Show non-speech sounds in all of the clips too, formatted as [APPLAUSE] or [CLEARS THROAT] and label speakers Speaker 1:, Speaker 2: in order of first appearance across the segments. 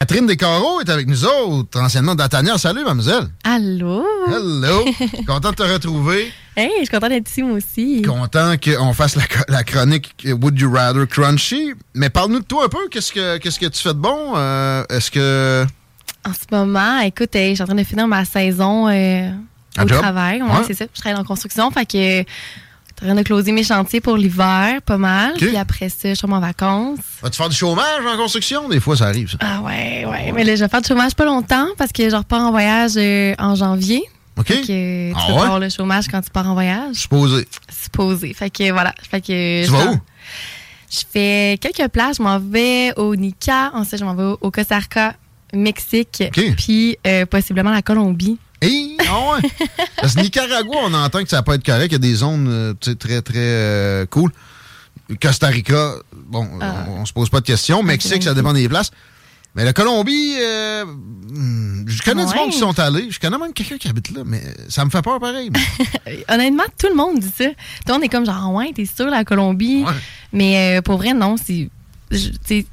Speaker 1: Catherine Descarreaux est avec nous autres, anciennement d'Atania. Salut, mademoiselle.
Speaker 2: Allô? [LAUGHS]
Speaker 1: Hello. Content de te retrouver.
Speaker 2: Hey, je suis contente d'être ici, moi aussi.
Speaker 1: Content qu'on fasse la, la chronique Would You Rather Crunchy. Mais parle-nous de toi un peu. Qu'est-ce que, qu'est-ce que tu fais de bon? Euh, est-ce que.
Speaker 2: En ce moment, écoute, euh, je suis en train de finir ma saison euh,
Speaker 1: Un
Speaker 2: au
Speaker 1: job?
Speaker 2: travail. Ouais,
Speaker 1: Ouais.
Speaker 2: c'est ça. Je travaille en construction. Fait que euh, je suis en train de closer mes chantiers pour l'hiver, pas mal. Puis après ça, je suis en vacances.
Speaker 1: Vas-tu faire du chômage en construction? Des fois, ça arrive, ça.
Speaker 2: Ah ouais, ouais. Mais là, je vais faire du chômage pas longtemps parce que je repars en voyage euh, en janvier.
Speaker 1: OK.
Speaker 2: Fait que tu
Speaker 1: Ah
Speaker 2: peux
Speaker 1: ouais?
Speaker 2: pas avoir le chômage quand tu pars en voyage.
Speaker 1: Supposé.
Speaker 2: Supposé. Fait que voilà. Fait que,
Speaker 1: Tu
Speaker 2: je
Speaker 1: vas
Speaker 2: t'en-
Speaker 1: où?
Speaker 2: Je fais quelques places. Je m'en vais au Nica. Ensuite, je m'en vais au Costa Rica, Mexique.
Speaker 1: OK.
Speaker 2: Puis euh, possiblement la Colombie.
Speaker 1: Hey, ah ouais.
Speaker 2: [LAUGHS]
Speaker 1: Parce que Nicaragua, on entend que ça peut être correct. Il y a des zones euh, tu sais, très, très euh, cool. Costa Rica, bon,
Speaker 2: Ah.
Speaker 1: on, on se pose pas de questions. Mexique, ça dépend des places. Mais la Colombie, euh, hmm, je connais du
Speaker 2: Ouais.
Speaker 1: monde qui sont allés. Je connais même quelqu'un qui habite là, mais ça me fait peur pareil. mais-
Speaker 2: [LAUGHS] Honnêtement, tout le monde dit ça. Tout le monde est comme genre, ouais, t'es sûr, la Colombie.
Speaker 1: Ouais.
Speaker 2: Mais euh, pour vrai, non. C'est. je- t'sais,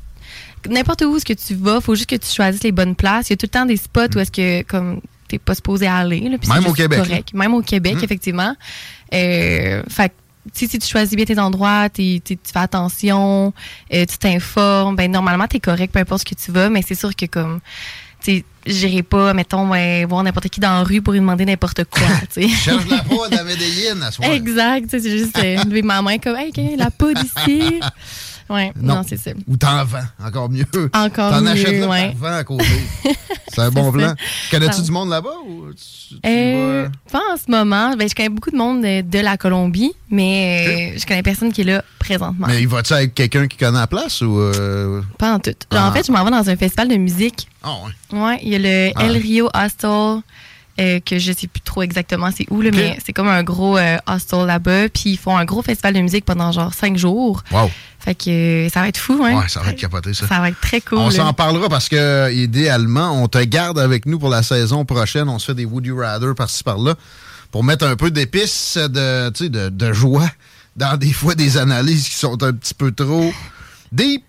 Speaker 2: N'importe où ce que tu vas, faut juste que tu choisisses les bonnes places. Il y a tout le temps des spots où est-ce que comme t'es pas supposé aller. là, puis c'est
Speaker 1: Mm. Même au
Speaker 2: juste
Speaker 1: Québec, Mm.
Speaker 2: correct. Même au Québec, effectivement. Euh, fait que, tu sais, si tu choisis bien tes endroits, t'es- t'es- tu fais attention, euh, tu t'informes, ben normalement t'es correct, peu importe ce que tu vas, mais c'est sûr que comme tu sais, j'irai pas, mettons, euh, voir n'importe qui dans la rue pour lui demander n'importe quoi.
Speaker 1: [LAUGHS]
Speaker 2: tu sais.
Speaker 1: Cherche la poudre à Medellin à ce moment
Speaker 2: Exact, tu sais, c'est juste euh, lever ma main comme hey, quelqu'un a de la poudre ici. Ouais, non, c'est ça.
Speaker 1: Ou t'en vends, encore mieux.
Speaker 2: Encore
Speaker 1: T'en
Speaker 2: mieux,
Speaker 1: achètes là,
Speaker 2: ouais.
Speaker 1: t'en vends à côté.
Speaker 2: [LAUGHS]
Speaker 1: C'est un bon
Speaker 2: C'est
Speaker 1: plan.
Speaker 2: ça.
Speaker 1: Connais-tu
Speaker 2: Non.
Speaker 1: du monde là-bas? ou tu- tu
Speaker 2: Euh,
Speaker 1: vas-
Speaker 2: Pas en ce moment. Ben, je connais beaucoup de monde euh, de la Colombie, mais euh, je connais personne qui est là présentement.
Speaker 1: Mais il va-tu avec quelqu'un qui connaît la place ou. euh,
Speaker 2: Pas en tout. Genre,
Speaker 1: Ah.
Speaker 2: En fait, je m'en vais dans un festival de musique.
Speaker 1: Ah ouais.
Speaker 2: Ouais, il y a le
Speaker 1: Ah.
Speaker 2: El Rio Hostel, euh, que je sais plus trop exactement c'est où, là,
Speaker 1: Ok.
Speaker 2: mais c'est comme un gros euh, hostel là-bas. Puis ils font un gros festival de musique pendant genre cinq jours.
Speaker 1: Wow.
Speaker 2: Fait que euh, ça va être fou, hein?
Speaker 1: Ouais, ça va être capoté, ça.
Speaker 2: Ça va être très cool.
Speaker 1: on
Speaker 2: là.
Speaker 1: s'en parlera parce que, idéalement, on te garde avec nous pour la saison prochaine. On se fait des Woody Rider par-ci par-là pour mettre un peu d'épices de, tu sais, de, de joie dans des fois des analyses qui sont un petit peu trop deep.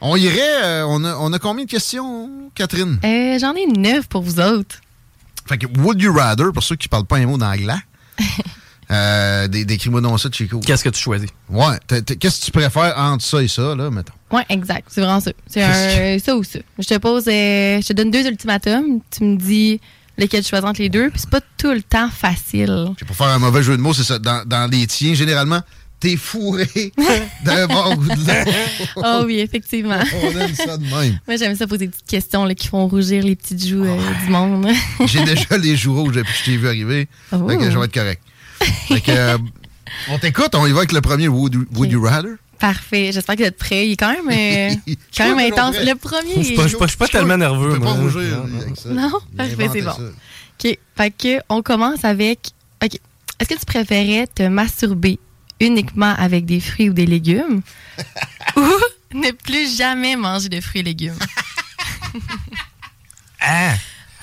Speaker 1: On irait. euh, on, a, on a combien de questions, Catherine?
Speaker 2: Euh, J'en ai neuf pour vous autres.
Speaker 1: Fait que Would You Rather, pour ceux qui parlent pas un
Speaker 2: [LAUGHS]
Speaker 1: mot d'anglais, euh, dé- décris-moi donc ça, Chico.
Speaker 3: Qu'est-ce que tu choisis?
Speaker 1: Ouais, t'es- t'es- qu'est-ce que tu préfères entre ça et ça, là, mettons?
Speaker 2: Ouais, exact. C'est vraiment ça. C'est un, euh,
Speaker 1: Qu'est-ce
Speaker 2: ça ou ça. Je te pose, euh, je te donne deux ultimatums. Tu me dis lequel tu choisis entre les deux. Puis c'est pas tout le temps [LAUGHS] facile.
Speaker 1: Puis pour faire un mauvais jeu de mots, c'est ça. Dans, dans les tiens, généralement,
Speaker 2: [LAUGHS]
Speaker 1: t'es fourré d'un bord ou de l'autre.
Speaker 2: Oh oui, [LAUGHS] effectivement.
Speaker 1: On aime ça de même.
Speaker 2: Moi, j'aime ça poser des petites questions là, qui font rougir les petites joues euh, du monde. [LAUGHS]
Speaker 1: J'ai déjà les joues rouges depuis que je t'ai vu arriver.
Speaker 2: Oh.
Speaker 1: Fait que je vais être correct. Fait que, euh, on t'écoute, on y va avec le premier Would, Would You Rather.
Speaker 2: Parfait. J'espère que vous êtes prêts. [LAUGHS] Il est quand même, euh,
Speaker 1: Je
Speaker 2: quand
Speaker 1: suis
Speaker 2: même
Speaker 1: pas
Speaker 2: intense.
Speaker 1: toujours prêt.
Speaker 2: Le
Speaker 3: Je suis pas,
Speaker 2: premier.
Speaker 3: je suis pas- je suis pas tellement
Speaker 1: Je
Speaker 3: nerveux.
Speaker 1: peux pas
Speaker 3: moi.
Speaker 1: rougir
Speaker 3: Non, non.
Speaker 1: avec ça.
Speaker 2: Non? [LAUGHS]
Speaker 1: J'ai
Speaker 2: Parfait,
Speaker 1: inventé
Speaker 2: c'est bon.
Speaker 1: ça.
Speaker 2: OK. Fait que on commence avec. OK. Est-ce que tu préférais te masturber uniquement avec des fruits ou des [LAUGHS] légumes ou ne plus jamais manger de fruits et légumes?
Speaker 3: Ah!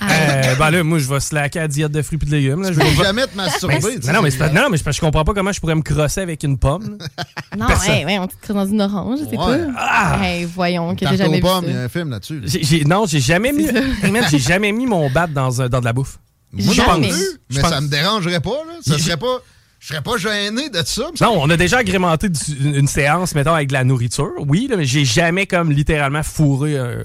Speaker 3: Euh, ben là, moi, je vais slacker la diète de fruits et de légumes. là. Je vais-
Speaker 1: Faut jamais te
Speaker 3: Ben,
Speaker 1: masturber. tu
Speaker 3: non, non, mais
Speaker 1: sais.
Speaker 3: c'est pas- non, mais c'est parce que je comprends pas comment je pourrais me crosser avec une pomme. là.
Speaker 2: Non,
Speaker 3: Personne.
Speaker 2: ouais, ouais, on te crée dans une orange, c'est
Speaker 1: Ouais.
Speaker 2: cool.
Speaker 3: Ah!
Speaker 2: Hey, voyons, que
Speaker 1: Tarte
Speaker 2: j'ai jamais
Speaker 1: aux pommes,
Speaker 2: vu
Speaker 1: il y
Speaker 2: ça.
Speaker 1: a un film là-dessus.
Speaker 3: J'ai- j'ai- non, j'ai jamais mis. [LAUGHS] Hey, man, j'ai jamais mis mon bat dans, un- dans de la bouffe.
Speaker 1: Moi, je
Speaker 2: Jamais.
Speaker 1: pense.
Speaker 3: Je
Speaker 1: Mais
Speaker 3: pense-
Speaker 1: ça me dérangerait pas, là. Ça
Speaker 3: J'ai-
Speaker 1: serait pas. Je serais pas gêné de ça. mais ça-
Speaker 3: Non, on a déjà agrémenté du- une, une séance, mettons, avec de la nourriture. Oui, là, mais j'ai jamais comme littéralement fourré un,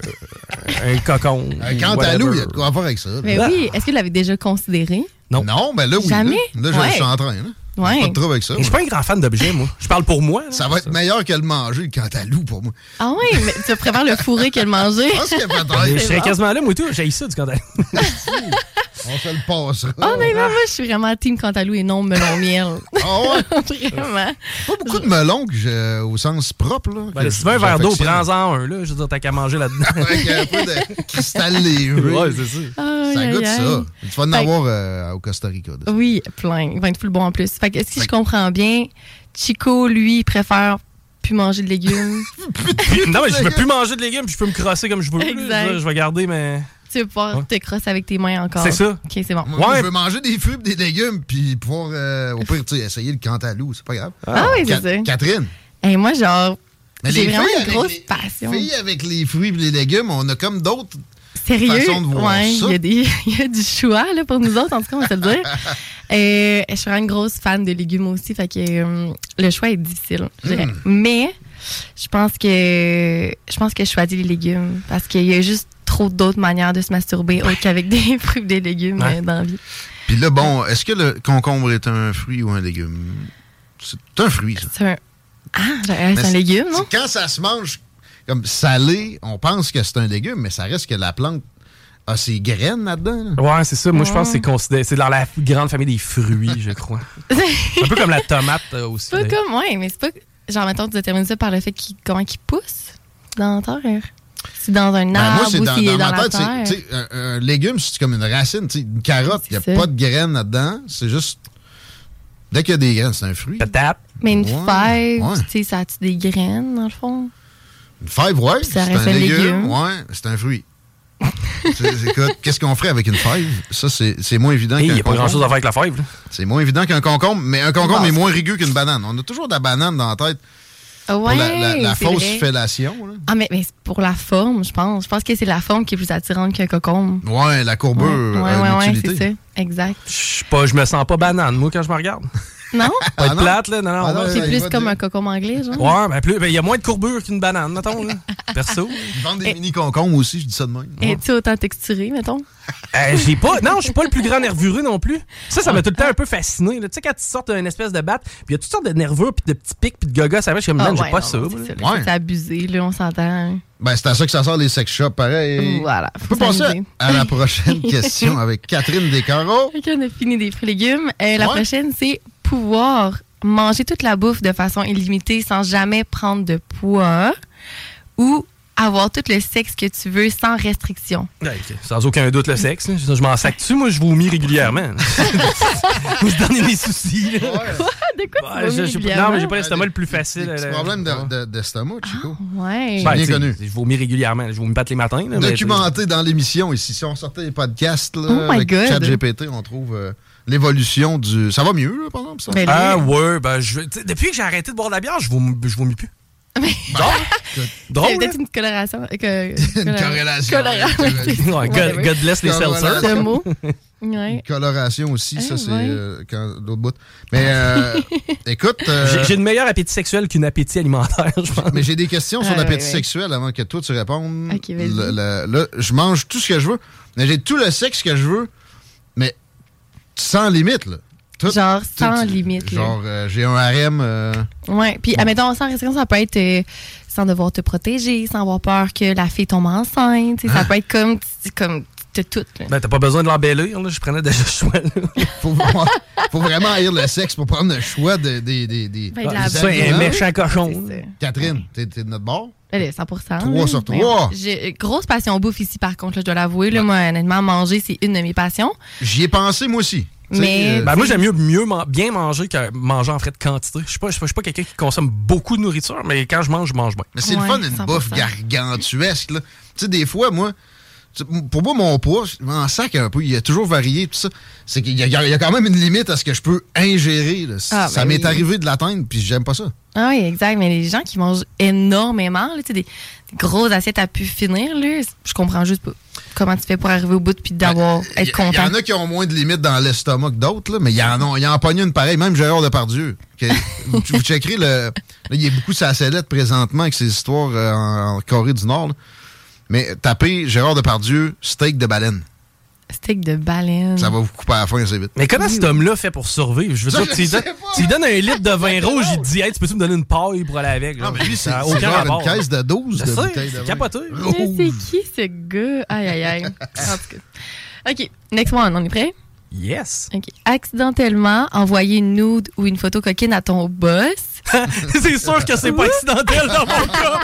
Speaker 3: un cocon.
Speaker 1: Euh, Quant à
Speaker 3: whatever.
Speaker 1: nous, il y a de quoi à faire avec ça. là.
Speaker 2: Mais Ben oui, est-ce que vous l'avez déjà considéré?
Speaker 3: Non.
Speaker 1: Non, mais là, oui.
Speaker 2: Jamais?
Speaker 1: Là, là, je
Speaker 2: Ouais.
Speaker 1: je suis en train. Là.
Speaker 2: Ouais.
Speaker 1: J'ai Pas de trouble avec ça.
Speaker 3: Je suis pas un grand fan d'objets, moi. Je parle pour moi. là.
Speaker 1: Ça va être meilleur que le manger, le cantalou, pour moi.
Speaker 2: Ah oui, mais tu préfères le fourré que le manger.
Speaker 1: Je
Speaker 2: [LAUGHS]
Speaker 1: pense qu'il y a
Speaker 3: Je
Speaker 1: peut-être.
Speaker 3: serais quasiment là, moi, tout. J'ai ça du cantal.
Speaker 1: On se le passera.
Speaker 2: Ah, mais moi, moi, je suis vraiment team Cantalou et non melon miel.
Speaker 1: [LAUGHS]
Speaker 2: [LAUGHS]
Speaker 1: Ah ouais.
Speaker 2: vraiment.
Speaker 1: Pas beaucoup de melon que j'ai- euh, au sens propre. Là,
Speaker 3: Ben, [LAUGHS]
Speaker 1: que
Speaker 3: si tu veux un verre d'eau,
Speaker 1: j'affectionne.
Speaker 3: prends-en un, là. Je veux dire, t'as qu'à manger là-dedans.
Speaker 1: [LAUGHS] Avec un peu de cristal léger.
Speaker 3: ça.
Speaker 2: Aïe,
Speaker 1: ça
Speaker 2: aïe,
Speaker 1: goûte
Speaker 2: aïe.
Speaker 1: ça. Tu vas en
Speaker 2: Fait-
Speaker 1: avoir euh, au Costa Rica. de ça.
Speaker 2: Oui, plein. Il va être plus bon en plus. Fait que, si je comprends bien, Chico, lui, il préfère plus manger de
Speaker 1: [LAUGHS]
Speaker 2: légumes.
Speaker 3: Non, mais je peux plus manger de légumes, puis je peux me crosser comme je veux. là. Je veux
Speaker 2: Exact.
Speaker 3: dire, Je vais garder, mais.
Speaker 2: tu vas pouvoir
Speaker 3: Ouais.
Speaker 2: te crosser avec tes mains encore.
Speaker 3: C'est ça.
Speaker 2: OK, c'est bon.
Speaker 1: Moi,
Speaker 3: Ouais.
Speaker 1: moi, Je veux manger des fruits et des légumes, puis pouvoir, euh, au pire, tu sais, essayer le cantalou. C'est pas grave.
Speaker 2: Ah oui, c'est
Speaker 1: Ca-
Speaker 2: ça.
Speaker 1: Catherine.
Speaker 2: Et moi, genre,
Speaker 1: Mais
Speaker 2: j'ai
Speaker 1: les
Speaker 2: vraiment
Speaker 1: filles
Speaker 2: une
Speaker 1: avec
Speaker 2: grosse
Speaker 1: les-
Speaker 2: passion.
Speaker 1: filles avec les fruits et les légumes, on a comme d'autres.
Speaker 2: Sérieux?
Speaker 1: façon de voir
Speaker 2: ouais,
Speaker 1: ça.
Speaker 2: il y, a des- [LAUGHS] il y a du choix là, pour nous autres, en tout cas, on va se le
Speaker 1: [LAUGHS]
Speaker 2: dire. Euh, je suis vraiment une grosse fan de légumes aussi, fait que euh, le choix est difficile. je dirais.
Speaker 1: Hmm.
Speaker 2: Mais je pense que je pense que je choisis les légumes parce qu'il y a juste trop d'autres manières de se masturber autre qu'avec des [LAUGHS] fruits et des légumes
Speaker 3: Ouais.
Speaker 2: euh, dans la vie.
Speaker 1: Puis là, bon, est-ce que le concombre est un fruit ou un légume? C'est un fruit, ça.
Speaker 2: C'est un... Ah, j'aurais- c'est un
Speaker 1: Mais
Speaker 2: légume,
Speaker 1: [LAUGHS]
Speaker 2: non?
Speaker 1: c'est- Quand ça se mange comme salé, on pense que c'est un légume, mais ça reste que la plante a ses graines là-dedans. là.
Speaker 3: Ouais, c'est ça. Moi, je pense que c'est considéré. C'est dans la grande famille des fruits, je crois. un peu comme la tomate euh, aussi.
Speaker 2: C'est pas
Speaker 3: d'ailleurs.
Speaker 2: comme, ouais, mais c'est pas. Genre, mettons, tu détermines ça par le fait qu'il, comment qu'il pousse dans la terre. C'est dans un
Speaker 1: Ben,
Speaker 2: arbre
Speaker 1: moi, c'est
Speaker 2: ou
Speaker 1: dans,
Speaker 2: s'il est dans
Speaker 1: dans ma
Speaker 2: la
Speaker 1: tête,
Speaker 2: terre.
Speaker 1: c'est- tu sais, un, un légume, c'est comme une racine, tu sais, une carotte, il n'y a
Speaker 2: C'est ça.
Speaker 1: pas de graines là-dedans. C'est juste. Dès qu'il y a des graines, c'est un fruit.
Speaker 3: Patate.
Speaker 2: Mais une
Speaker 1: Ouais,
Speaker 2: fève,
Speaker 1: ouais.
Speaker 2: tu sais, ça a-tu des graines, dans le fond?
Speaker 1: Une fève, ouais,
Speaker 2: ça
Speaker 1: c'est
Speaker 2: reste
Speaker 1: un
Speaker 2: un
Speaker 1: légume.
Speaker 2: légume.
Speaker 1: Ouais, c'est
Speaker 2: [LAUGHS]
Speaker 1: un fruit. C'est- écoute, qu'est-ce qu'on ferait avec une fève? Ça, c'est c'est moins évident
Speaker 3: Il
Speaker 1: qu'un
Speaker 3: n'y a pas
Speaker 1: concombre.
Speaker 3: grand-chose à faire avec la fève. là.
Speaker 1: C'est moins évident qu'un concombre, mais un concombre
Speaker 2: Bon,
Speaker 1: est
Speaker 2: c'est-
Speaker 1: moins rigueux qu'une banane. On a toujours de la banane dans la tête
Speaker 2: Ah
Speaker 1: pour
Speaker 2: ouais,
Speaker 1: la, la- la
Speaker 2: c'est
Speaker 1: fausse
Speaker 2: vrai.
Speaker 1: fellation. là.
Speaker 2: Ah, mais, mais c'est pour la forme, je pense. Je pense que c'est la forme qui est plus attirante qu'un cocombe.
Speaker 1: Ouais, la courbure
Speaker 2: ouais,
Speaker 1: a Euh, une
Speaker 2: ouais, ouais,
Speaker 1: utilité.
Speaker 2: c'est ça. Exact.
Speaker 3: Je suis pas- je me sens pas banane, moi, quand je
Speaker 2: [LAUGHS]
Speaker 3: me regarde.
Speaker 2: Non?
Speaker 3: Pas
Speaker 1: Ah
Speaker 3: être
Speaker 1: non?
Speaker 3: plate, là. Non, non.
Speaker 1: Ah non,
Speaker 3: ouais.
Speaker 1: il
Speaker 2: C'est plus
Speaker 1: va
Speaker 2: comme
Speaker 1: dire-
Speaker 2: un cocombe anglais, genre.
Speaker 3: Ouais, mais plus, ben, il y a moins de courbure qu'une banane, mettons, là. Perso.
Speaker 1: Ils vendent des mini concombres aussi, je dis ça de même.
Speaker 2: Es-tu autant texturé, mettons?
Speaker 3: Euh, j'ai pas, non, je suis pas le plus grand nervureux non plus. Ça, ça m'a tout le temps un peu fasciné. là. Tu sais, quand tu sors d'une espèce de batte, puis il y a toutes sortes de nerveux, puis de petits pics, puis de gaga, ça va, je suis comme,
Speaker 2: Ah
Speaker 3: man, j'ai
Speaker 2: ouais,
Speaker 3: pas
Speaker 2: non,
Speaker 3: ça.
Speaker 2: non,
Speaker 3: moi.
Speaker 2: C'est ça,
Speaker 1: Ouais.
Speaker 2: là, c'est abusé, là, on s'entend.
Speaker 1: Ben, c'est à ça que ça sort les sex shops, pareil.
Speaker 2: Voilà, faut
Speaker 1: On peut passer
Speaker 2: s'amuser.
Speaker 1: à
Speaker 2: [LAUGHS]
Speaker 1: la prochaine question avec Catherine Descarreaux.
Speaker 2: Ok, on a fini des fruits et légumes. Euh, la
Speaker 1: Ouais.
Speaker 2: prochaine, c'est pouvoir manger toute la bouffe de façon illimitée sans jamais prendre de poids ou avoir tout le sexe que tu veux sans restriction.
Speaker 3: Ouais, ok. Sans aucun doute, le sexe. là. Je je m'en sac dessus, moi, je vomis [LAUGHS] régulièrement. Vous se donnez des soucis. là.
Speaker 2: [LAUGHS] De quoi
Speaker 3: Ouais, je- j'ai pas- non, mais j'ai pas l'estomac le plus
Speaker 1: C'est
Speaker 3: facile. euh.
Speaker 1: un
Speaker 3: là.
Speaker 1: problème de- de- d'estomac, Chico.
Speaker 2: Ah. Ouais.
Speaker 3: Ben,
Speaker 1: Bien
Speaker 3: tu sais,
Speaker 1: connu.
Speaker 3: Je vomis régulièrement. là. Je vomis pas tous les matins. là, mais-
Speaker 1: Documenté dans l'émission ici. Si on sortait les podcasts là,
Speaker 2: Oh my
Speaker 1: avec
Speaker 2: God.
Speaker 1: ChatGPT, on trouve euh, l'évolution du. Ça va mieux, là, par exemple, ça?
Speaker 2: Ben,
Speaker 3: Ah ouais, ben je, tu sais, depuis que j'ai arrêté de boire de la bière, je vomis, je vomis plus.
Speaker 2: [LAUGHS]
Speaker 3: Drôle.
Speaker 2: c'est
Speaker 3: Drôle. hein?
Speaker 2: peut-être une coloration. euh, que-
Speaker 1: Une
Speaker 2: colora-
Speaker 1: corrélation.
Speaker 2: coloration. [LAUGHS]
Speaker 1: Ouais, c'est
Speaker 3: hein? Ouais, God,
Speaker 2: Whatever.
Speaker 3: God bless les
Speaker 1: Comme
Speaker 3: seltzers.
Speaker 1: voilà.
Speaker 2: Ce mot. Ouais.
Speaker 1: Une coloration aussi,
Speaker 2: Ah,
Speaker 1: ça, c'est
Speaker 2: ouais.
Speaker 1: euh, quand- l'autre bout. Mais
Speaker 2: [LAUGHS]
Speaker 1: euh, écoute. euh,
Speaker 3: J'ai- J'ai une meilleure appétit sexuel qu'une appétit alimentaire, [LAUGHS] je
Speaker 1: [LAUGHS]
Speaker 3: pense.
Speaker 1: Mais j'ai des questions sur
Speaker 2: Ah,
Speaker 1: l'appétit
Speaker 2: ouais, ouais.
Speaker 1: sexuel avant que toi tu répondes.
Speaker 2: Ok, vas-y.
Speaker 1: Le- le- là, je mange tout ce que je veux, mais j'ai tout le sexe que je veux, mais sans limite, là. Tout-
Speaker 2: Genre,
Speaker 1: tout-
Speaker 2: sans
Speaker 1: tu-
Speaker 2: limite. là.
Speaker 1: Genre, euh, j'ai un harem. euh,
Speaker 2: Ouais. Puis, admettons, sans restriction, ça peut être euh, sans devoir te protéger, sans avoir peur que la fille tombe enceinte. tu sais,
Speaker 1: Ah.
Speaker 2: Ça peut être comme, comme t'as tout. là.
Speaker 3: Ben, t'as pas besoin de l'embellir, là. Je prenais déjà le choix, là.
Speaker 1: faut,
Speaker 2: [LAUGHS]
Speaker 1: vraiment- faut vraiment haïr le sexe pour prendre le choix de- des. des- des-
Speaker 2: Ben, de
Speaker 1: des
Speaker 2: la
Speaker 3: C'est
Speaker 1: aliments.
Speaker 3: un méchant cochon.
Speaker 2: C'est ça.
Speaker 1: Catherine, t'es t'es de notre bord?
Speaker 2: Elle est 100
Speaker 1: Trois
Speaker 2: là.
Speaker 1: sur
Speaker 2: Mais
Speaker 1: trois.
Speaker 2: ouais. J'ai euh, grosse passion bouffe ici, par contre, là, je dois l'avouer. là, Moi, honnêtement, manger, c'est une de mes passions.
Speaker 1: J'y ai pensé, moi aussi. Tu sais,
Speaker 2: Mais-
Speaker 1: euh,
Speaker 3: Ben, moi, j'aime mieux, mieux man- bien manger que manger en frais de quantité. Je suis pas, je suis pas- je suis pas quelqu'un qui consomme beaucoup de nourriture, mais quand je mange, je mange bien.
Speaker 1: Mais c'est le
Speaker 2: Ouais,
Speaker 1: fun, une
Speaker 2: 100%.
Speaker 1: bouffe gargantuesque. là. Tu sais, des fois, moi, tu- pour moi, mon poids, je m'en sac un peu. Il a toujours varié. Tout ça. C'est qu'il y, a- il y a quand même une limite à ce que je peux ingérer. là.
Speaker 2: Ah,
Speaker 1: ça
Speaker 2: ben
Speaker 1: m'est
Speaker 2: oui.
Speaker 1: arrivé de l'atteindre, puis j'aime pas ça.
Speaker 2: Ah oui, exact. Mais les gens qui mangent énormément, là, tu sais, des, des grosses assiettes à pu finir, là, je comprends juste pas comment tu fais pour arriver au bout puis d'avoir
Speaker 1: Il Ben, y,
Speaker 2: être content.
Speaker 1: y en a qui ont moins de limites dans l'estomac que d'autres, là, mais il y en a, il y en a pogné une pareille, même Gérard Depardieu. Que, vous, [LAUGHS] vous checkerez le. Là, il est beaucoup sa sellette présentement avec ses histoires euh, en, en Corée du Nord. là. Mais tapez Gérard Depardieu, steak de baleine.
Speaker 2: Steak de baleine.
Speaker 1: Ça va vous couper à la fin assez vite.
Speaker 3: Mais comment cet homme-là fait pour survivre? Je veux
Speaker 1: Ça,
Speaker 3: dire,
Speaker 1: je
Speaker 3: tu lui
Speaker 1: sais
Speaker 3: donnes-
Speaker 1: pas.
Speaker 3: tu lui donnes un litre
Speaker 1: [LAUGHS]
Speaker 3: de vin rouge, il te dit, hey, tu peux-tu me donner une paille pour aller avec?
Speaker 1: Non,
Speaker 3: genre?
Speaker 1: mais lui, c'est
Speaker 3: Ça a
Speaker 1: c'est genre
Speaker 3: rapport.
Speaker 1: une caisse de 12
Speaker 3: Je
Speaker 1: de
Speaker 3: sais,
Speaker 1: bouteilles de
Speaker 3: c'est
Speaker 1: vin. Oh.
Speaker 3: capoté.
Speaker 1: Rouge.
Speaker 2: Mais c'est qui ce gars? Aïe, aïe, aïe. En tout cas. OK, next one, on est prêt?
Speaker 3: Yes! [LAUGHS]
Speaker 2: OK. Accidentellement, envoyer une nude ou une photo coquine à ton boss.
Speaker 3: c'est sûr que c'est pas accidentel dans mon
Speaker 2: [LAUGHS]
Speaker 3: cas!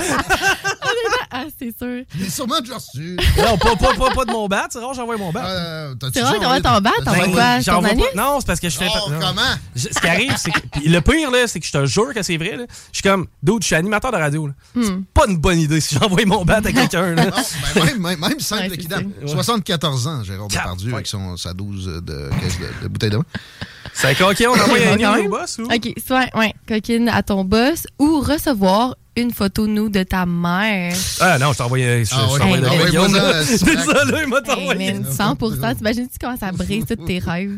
Speaker 2: Ah, c'est sûr.
Speaker 1: Mais sûrement déjà reçu.
Speaker 3: Non, pas, pas, pas, pas de mon bat, c'est rare, j'envoie mon bat.
Speaker 1: Euh, t'as-tu
Speaker 2: C'est vrai,
Speaker 1: déjà
Speaker 2: t'en vas
Speaker 1: envoyé-
Speaker 2: t'en battre, t'en vas
Speaker 1: Ben,
Speaker 2: quoi? ton
Speaker 3: j'envoie
Speaker 2: anus?
Speaker 3: Non, c'est parce que je fais
Speaker 1: Oh,
Speaker 3: pas. non.
Speaker 1: comment?
Speaker 3: Je- Ce qui arrive, c'est que. puis le pire, là, c'est que je te jure que c'est vrai, là. Je suis comme, dude, je suis animateur de radio, là. C'est
Speaker 2: Hmm.
Speaker 3: pas une bonne idée si j'envoie mon bat à quelqu'un, là.
Speaker 1: Non, ben, même, même, même simple
Speaker 2: Ouais, c'est
Speaker 1: évident.
Speaker 2: ça.
Speaker 1: 74 ans, Gérard
Speaker 3: Cap,
Speaker 1: Depardieu,
Speaker 3: ouais.
Speaker 1: avec son, sa 12 de caisse de, de bouteilles de vin.
Speaker 3: C'est OK, on
Speaker 2: [LAUGHS]
Speaker 3: envoie un
Speaker 2: Quand
Speaker 3: email
Speaker 2: même.
Speaker 3: au boss ou?
Speaker 2: OK, soit, ouais, coquine à ton boss ou recevoir une photo nous de ta mère.
Speaker 3: Ah non, je t'envoie. Je, je
Speaker 1: Ah ouais,
Speaker 3: t'envoie
Speaker 2: hey,
Speaker 3: le mail,
Speaker 1: envoie-moi
Speaker 3: Guillaume,
Speaker 1: ça,
Speaker 3: là.
Speaker 1: c'est
Speaker 3: Désolé, il m'a envoyé.
Speaker 2: Hey, man, 100 T'imagines-tu comment ça brise tous tes rêves?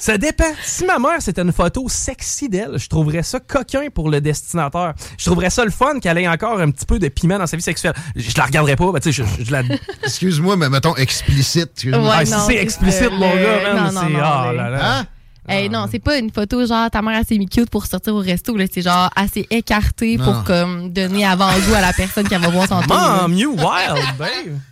Speaker 3: Ça dépend. Si ma mère, c'était une photo sexy d'elle, je trouverais ça coquin pour le destinateur. Je trouverais ça le fun qu'elle ait encore un petit peu de piment dans sa vie sexuelle. Je la regarderais pas, ben, tu sais, je, je la.
Speaker 1: Excuse-moi, mais mettons explicite. excuse-moi.
Speaker 2: Ouais,
Speaker 3: Ah, si
Speaker 2: non,
Speaker 3: c'est
Speaker 2: c'est
Speaker 3: explicite,
Speaker 2: ça,
Speaker 3: mon
Speaker 2: le-
Speaker 3: gars, man,
Speaker 2: non, non,
Speaker 3: c'est.
Speaker 2: non,
Speaker 3: ah
Speaker 2: le-
Speaker 3: là là.
Speaker 1: Hein?
Speaker 2: Hey, non, c'est pas une photo genre ta mère assez mis cute pour sortir au resto. là. C'est genre assez écarté pour comme donner avant-goût à la personne qui va voir son tour.
Speaker 1: Ah,
Speaker 2: là.
Speaker 3: Mom, you wild, babe.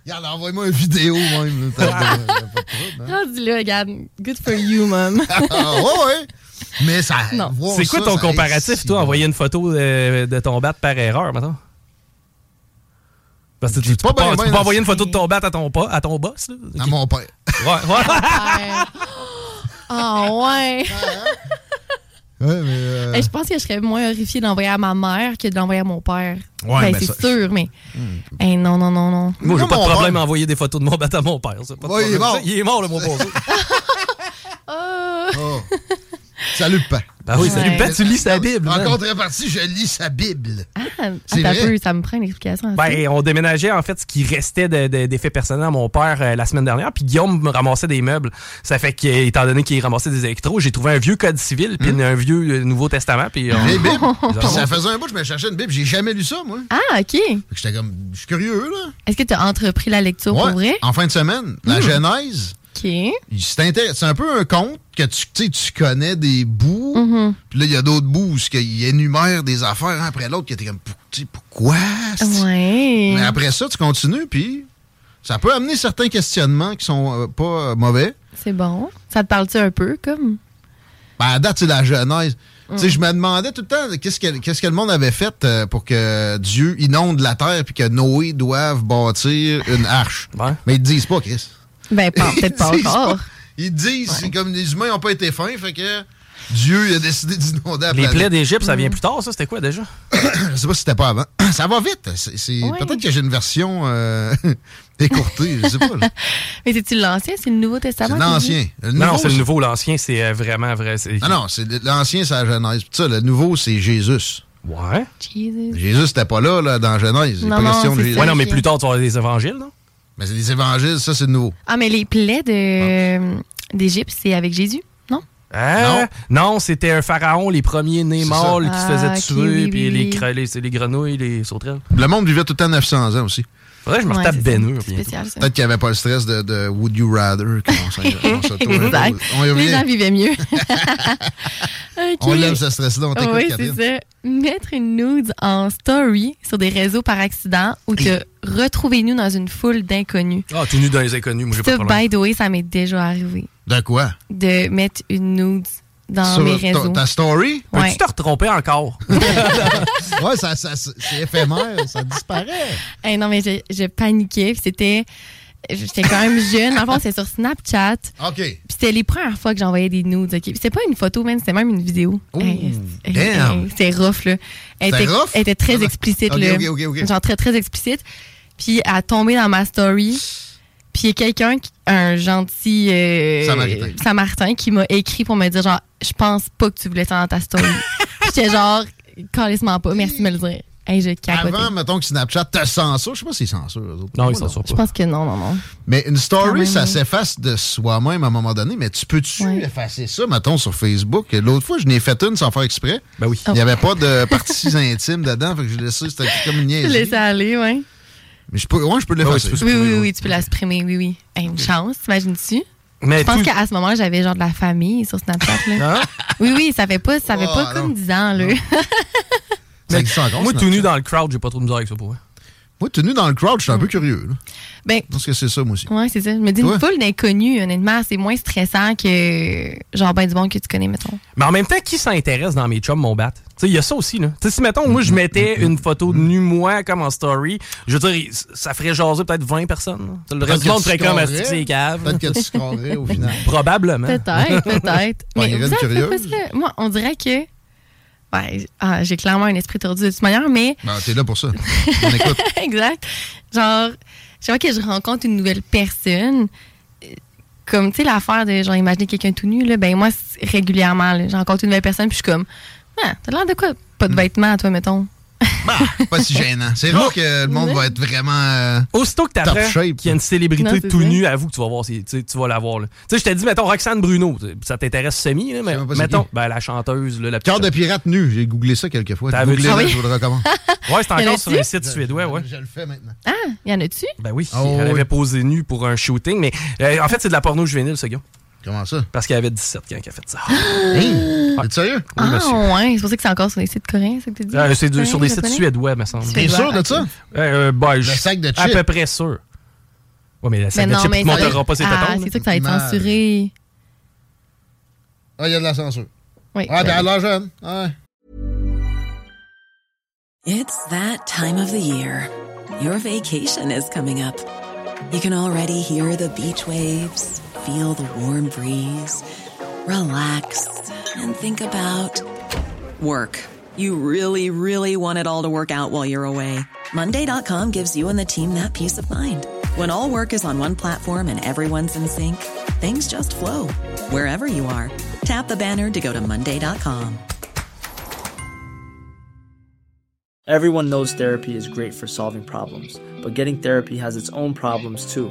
Speaker 1: Regarde, envoie-moi une vidéo même. là, t'as- t'as- t'as pas de trouble, hein?
Speaker 2: Rendu là, regarde. Good for you, mom.
Speaker 1: Ah, ouais, ouais. Mais ça.
Speaker 2: Non.
Speaker 1: voir
Speaker 3: C'est quoi
Speaker 1: ça,
Speaker 3: ton
Speaker 1: ça-
Speaker 3: comparatif,
Speaker 1: si-
Speaker 3: toi, envoyer une photo euh, de ton bat par erreur, maintenant? Parce que tu, tu
Speaker 1: pas
Speaker 3: peux pas,
Speaker 1: ben,
Speaker 3: tu peux
Speaker 1: ben,
Speaker 3: pas
Speaker 1: là,
Speaker 3: envoyer une photo de ton bat à ton, pas- à ton boss, là.
Speaker 1: À mon père.
Speaker 3: Ouais,
Speaker 1: [LAUGHS]
Speaker 3: ouais.
Speaker 2: Ah [GASPS] ouais.
Speaker 1: Ouais, mais. euh,
Speaker 2: Hey, je pense que je serais moins horrifiée d'envoyer à ma mère que d'envoyer à mon père.
Speaker 1: Ouais,
Speaker 2: ben,
Speaker 1: ben,
Speaker 2: c'est
Speaker 1: ça- Hmm.
Speaker 2: sûr, mais. Hey, non, non, non, non.
Speaker 3: Moi, j'ai
Speaker 1: Moi,
Speaker 3: pas de
Speaker 1: mon
Speaker 3: problème
Speaker 1: père-
Speaker 3: à envoyer des photos de mon bat à mon père. ça, pas de
Speaker 1: Ouais, il est
Speaker 3: problème.
Speaker 1: mort.
Speaker 3: Il est mort, le mon
Speaker 1: [LAUGHS]
Speaker 3: pauvre.
Speaker 1: oh.
Speaker 3: [LAUGHS]
Speaker 1: Salut, Lupin.
Speaker 3: Bah oui,
Speaker 2: Ouais.
Speaker 3: salut, Ben, tu lis sa Bible. man.
Speaker 1: En contrepartie, je lis sa Bible.
Speaker 2: Ah,
Speaker 1: C'est
Speaker 2: attends un
Speaker 1: vrai.
Speaker 2: peu, ça me prend une explication. à ça.
Speaker 3: Ben, on déménageait en fait ce qui restait de- de- d'effets personnels à mon père euh, la semaine dernière, puis Guillaume me ramassait des meubles. Ça fait que, étant donné qu'il ramassait des électros, j'ai trouvé un vieux code civil,
Speaker 1: Hmm.
Speaker 3: puis un vieux euh, Nouveau Testament, puis on-
Speaker 2: [LAUGHS]
Speaker 1: Les Bibles. Puis ça faisait un bout, que je me cherchais une Bible. J'ai jamais lu ça, moi.
Speaker 2: Ah, OK.
Speaker 1: Fait que J'étais comme. Je suis curieux, là.
Speaker 2: Est-ce que tu as entrepris la lecture Oh, pour vrai? Hmm.
Speaker 1: Ouais, en fin de semaine, la Genèse,
Speaker 2: OK.
Speaker 1: c'est intér- c'est un peu un conte que tu, tu sais, tu connais des bouts,
Speaker 2: Mm-hmm.
Speaker 1: puis là, il y a d'autres bouts où ce qu'il énumère des affaires un après l'autre, qui étaient comme, Pour- tu sais, pourquoi? c'est-
Speaker 2: Ouais.
Speaker 1: Mais après ça, tu continues, puis ça peut amener certains questionnements qui sont euh, pas euh, mauvais.
Speaker 2: C'est bon. Ça te parle-tu un peu, comme?
Speaker 1: Ben, à date, c'est la Genèse. Tu
Speaker 3: Mm.
Speaker 1: sais, je me demandais tout le temps qu'est-ce que, qu'est-ce que le monde avait fait euh, pour que Dieu inonde la terre puis que Noé doive bâtir une arche.
Speaker 3: Ouais.
Speaker 1: Mais ils te disent pas, Chris.
Speaker 2: Ben,
Speaker 1: [LAUGHS]
Speaker 2: pas- peut-être pas
Speaker 1: Ils disent
Speaker 2: encore.
Speaker 1: pas. Ils disent, c'est comme les humains n'ont pas été fins, fait que Dieu a décidé d'inonder la
Speaker 3: Les plaies
Speaker 1: planète.
Speaker 3: d'Égypte, ça vient plus tard, ça, c'était quoi déjà?
Speaker 1: Je sais pas si c'était pas avant. [CLEARS THROAT] Ça va vite. C'est, c'est-
Speaker 2: Ouais.
Speaker 1: Peut-être que j'ai une version euh, [LAUGHS] écourtée, je sais pas. là.
Speaker 2: Mais c'est-tu l'ancien? C'est le Nouveau
Speaker 1: C'est
Speaker 2: Testament? qui dit?
Speaker 1: l'ancien. Le
Speaker 3: Non,
Speaker 1: nouveau, Ah,
Speaker 3: non, c'est le nouveau, l'ancien, c'est euh, vraiment vrai. c'est-
Speaker 1: Non, non, c'est l'ancien, c'est la Genèse. Puis ça, le nouveau, c'est Jésus.
Speaker 3: Ouais.
Speaker 2: Euh, Jesus.
Speaker 1: Jésus n'était pas là, là, dans Genèse. Il est
Speaker 2: Non,
Speaker 1: pas
Speaker 2: non,
Speaker 1: question de
Speaker 2: c'est
Speaker 1: Jésus.
Speaker 2: ça.
Speaker 3: Ouais, non, mais plus tard, tu vas avoir les évangiles, non?
Speaker 1: Mais c'est les évangiles, ça, c'est le nouveau.
Speaker 2: Ah, mais les plaies de- d'Égypte, c'est avec Jésus, non?
Speaker 3: Hein? Non, c'était un pharaon, les premiers nés
Speaker 1: C'est
Speaker 3: mâles qui se
Speaker 2: ça.
Speaker 3: faisaient
Speaker 2: Ah, ok,
Speaker 3: tuer,
Speaker 2: oui,
Speaker 3: puis
Speaker 2: oui,
Speaker 3: les,
Speaker 2: oui.
Speaker 3: cre- les, les grenouilles, les sauterelles.
Speaker 1: Le monde vivait tout le temps 900 ans aussi.
Speaker 3: Faudrait que je me
Speaker 2: Ouais,
Speaker 3: retape
Speaker 2: c'est ça.
Speaker 3: Bennu.
Speaker 2: C'est spécial, ça.
Speaker 1: Peut-être qu'il n'y avait pas le stress de, de Would You Rather. qu'on s'en- on
Speaker 2: [LAUGHS]
Speaker 1: s'auto-
Speaker 2: Exact.
Speaker 1: On y
Speaker 2: Les gens
Speaker 1: revient.
Speaker 2: vivaient
Speaker 3: [LAUGHS]
Speaker 2: mieux. OK.
Speaker 1: On lève ce stress-là, on t'écoute,
Speaker 2: Oui,
Speaker 1: Catherine.
Speaker 2: c'est ça. Mettre une nude en story sur des réseaux par accident ou te retrouver nous dans une foule d'inconnus.
Speaker 3: Ah, tout nu dans les inconnus, moi, j'ai pas
Speaker 2: Ça,
Speaker 3: de problème.
Speaker 2: by the way, ça m'est déjà arrivé
Speaker 1: De quoi?
Speaker 2: de mettre une nude dans
Speaker 1: Sur
Speaker 2: mes
Speaker 1: ta-
Speaker 2: réseaux.
Speaker 1: ta story?
Speaker 3: Peux-tu
Speaker 2: Ouais.
Speaker 3: te retromper encore?
Speaker 1: Ouais, ça, ça- ça- c'est éphémère, ça disparaît.
Speaker 2: Hey, Eh, non, mais je, je paniquais. puis C'était. J'étais quand même jeune. Avant, c'est sur Snapchat.
Speaker 1: OK.
Speaker 2: Puis c'était les premières fois que j'envoyais des nudes. ok? Puis C'était pas une photo, man, c'était même une vidéo.
Speaker 1: Ouh,
Speaker 2: c'est-
Speaker 1: damn.
Speaker 2: C'était rough, là. Elle
Speaker 1: C'était
Speaker 2: était,
Speaker 1: rough?
Speaker 2: elle était très explicite,
Speaker 1: [LAUGHS] Ok,
Speaker 2: là.
Speaker 1: ok, ok, ok.
Speaker 2: Genre très, très explicite. Puis elle a tombé dans ma story. Puis il y a quelqu'un, qui- un gentil euh,
Speaker 1: Samaritain. [LAUGHS]
Speaker 2: Samaritain qui m'a écrit pour me dire, genre, je pense pas que tu voulais ça dans ta story. Puis J'étais genre, Calissement pas. Merci de me le dire. Hey, je capotais.
Speaker 1: Avant, mettons que Snapchat te censure. Je sais pas s'ils censurent, eux autres.
Speaker 3: Non,
Speaker 1: Moi,
Speaker 3: ils s'en sortent
Speaker 2: Je
Speaker 3: pas.
Speaker 2: pense que non, non, non.
Speaker 1: Mais une
Speaker 2: Quand
Speaker 1: story,
Speaker 2: même,
Speaker 1: ça
Speaker 2: oui.
Speaker 1: s'efface de soi-même à un moment donné, mais tu peux-tu
Speaker 2: Ah, Ouais.
Speaker 1: effacer ça, mettons, sur Facebook? L'autre fois, je n'ai fait une sans faire exprès.
Speaker 3: Ben oui.
Speaker 1: Il n'y avait pas de parties intimes dedans, fait que je l'ai laissé, c'était comme une
Speaker 2: Je
Speaker 1: niaiserie.
Speaker 2: laissais aller, oui.
Speaker 1: Mais je peux, ouais, je peux l'effacer.
Speaker 3: tu peux-
Speaker 2: Oui,
Speaker 3: supprimer,
Speaker 2: oui,
Speaker 3: oui.
Speaker 2: oui, tu peux la supprimer, oui, oui. Hey, une chance, t'imagines-tu?
Speaker 3: Mais
Speaker 2: Je pense
Speaker 3: tout-
Speaker 2: qu'à ce moment, j'avais genre de la famille sur Snapchat. Là.
Speaker 1: Hein?
Speaker 2: Oui, oui, ça fait pas, ça fait
Speaker 1: Oh,
Speaker 2: pas
Speaker 1: non.
Speaker 2: comme 10 ans, là.
Speaker 1: Ça existe encore,
Speaker 3: moi,
Speaker 1: ça?
Speaker 3: tout nu dans le crowd, j'ai pas trop de misère avec ça pour vrai.
Speaker 1: Moi, tenu dans le crowd, je suis un peu curieux. là.
Speaker 2: Ben,
Speaker 1: Je pense que c'est ça, moi aussi.
Speaker 2: ouais, c'est ça. Je me dis,
Speaker 1: Ouais.
Speaker 2: une foule d'inconnus, honnêtement, c'est moins stressant que genre ben du monde que tu connais, mettons.
Speaker 3: Mais en même temps, qui s'intéresse dans mes chums, mon bat? Tu sais, il y a ça aussi, là. Tu sais, si, mettons, moi,
Speaker 1: Mm-hmm.
Speaker 3: je mettais une photo de nu, moi, comme en story, je veux dire, ça ferait jaser peut-être 20 personnes. là. Tu sais, Le
Speaker 1: Peut-être
Speaker 3: reste
Speaker 1: que
Speaker 3: du monde
Speaker 1: tu
Speaker 3: ferait comme,
Speaker 1: scorerais.
Speaker 3: est-ce que c'est cave?
Speaker 1: Peut-être que tu scorerais au
Speaker 3: [LAUGHS]
Speaker 1: final.
Speaker 3: Probablement.
Speaker 1: Ben. [LAUGHS]
Speaker 2: Peut-être, peut-être.
Speaker 1: Pas une
Speaker 2: mais
Speaker 1: graine
Speaker 2: vous savez,
Speaker 1: curieuse.
Speaker 2: parce que moi, on dirait que. Ouais, j- ah, j'ai clairement un esprit tordu de toute manière, mais.
Speaker 1: Ben, t'es là pour ça. On écoute.
Speaker 2: exact. Genre, chaque fois que je rencontre une nouvelle personne, euh, comme, tu sais, l'affaire de, genre, imaginer quelqu'un tout nu, là, ben, moi, c'est- régulièrement, là, je rencontre une nouvelle personne, puis je suis comme, ah, t'as l'air de quoi? Pas
Speaker 3: Hmm.
Speaker 2: de vêtements, toi, mettons.
Speaker 1: Bah, pas si gênant. C'est rare que le monde va être vraiment. euh,
Speaker 3: Aussitôt que
Speaker 1: Top
Speaker 3: t'apprends
Speaker 1: shape.
Speaker 3: qu'il y a une
Speaker 2: Non,
Speaker 3: célébrité
Speaker 2: c'est
Speaker 3: tout
Speaker 2: vrai.
Speaker 3: nue, avoue que tu vas voir, si- tu sais, tu vas la voir. là. Tu sais, je t'ai dit, mettons, Roxane Bruno, tu sais, ça t'intéresse semi, là, mais
Speaker 1: même pas c'est
Speaker 3: mettons,
Speaker 1: qui.
Speaker 3: ben, la chanteuse, là, la petite
Speaker 1: Cœur de pirate nu. J'ai googlé ça quelques fois.
Speaker 3: T'as
Speaker 1: Googlez-le,
Speaker 3: vu- Ah
Speaker 2: oui?
Speaker 1: je vous le recommande.
Speaker 3: Ouais, c'est
Speaker 2: Y en
Speaker 3: encore
Speaker 2: a-tu?
Speaker 3: sur un site suédois, ouais.
Speaker 1: Je le fais maintenant.
Speaker 2: Ah, y en a-tu?
Speaker 3: Ben oui,
Speaker 1: Ah, ouais,
Speaker 3: elle
Speaker 1: ouais.
Speaker 3: avait posé nue pour un shooting, mais euh, en fait, c'est de la porno juvénile, ce gars.
Speaker 1: Comment ça?
Speaker 3: Parce qu'elle avait 17 quand elle a fait ça.
Speaker 1: Hey, t'es sérieux?
Speaker 3: Oui,
Speaker 2: ah,
Speaker 3: monsieur.
Speaker 2: ouais, c'est pour ça que c'est encore sur les sites coréens, c'est que tu dis.
Speaker 3: Euh, c'est de- sur des sites
Speaker 2: japonais?
Speaker 3: suédois, me semble.
Speaker 2: Suédois.
Speaker 1: T'es sûr de
Speaker 2: ok.
Speaker 1: ça?
Speaker 3: Euh, euh, ben, je-
Speaker 1: sac de
Speaker 3: À
Speaker 1: chips.
Speaker 3: peu près sûr. Ouais, mais la
Speaker 2: Mais
Speaker 3: sac de
Speaker 2: Ben non,
Speaker 3: chips,
Speaker 2: mais
Speaker 3: tu
Speaker 2: ça va
Speaker 3: monteras
Speaker 2: être-
Speaker 3: pas ses
Speaker 2: Ah,
Speaker 3: tétons.
Speaker 2: c'est sûr que ça va être
Speaker 1: Mal.
Speaker 2: censuré.
Speaker 1: Ah, il y a de la censure.
Speaker 2: Oui.
Speaker 1: Ah, ben, à la jeune. Ouais.
Speaker 4: It's that time of the year. Your vacation is coming up. You can already hear the beach waves, feel the warm breeze, relax, and think about work. You really, really want it all to work out while you're away. Monday.com gives you and the team that peace of mind. When all work is on one platform and everyone's in sync, things just flow wherever you are. Tap the banner to go to Monday.com.
Speaker 5: Everyone knows therapy is great for solving problems, but getting therapy has its own problems too,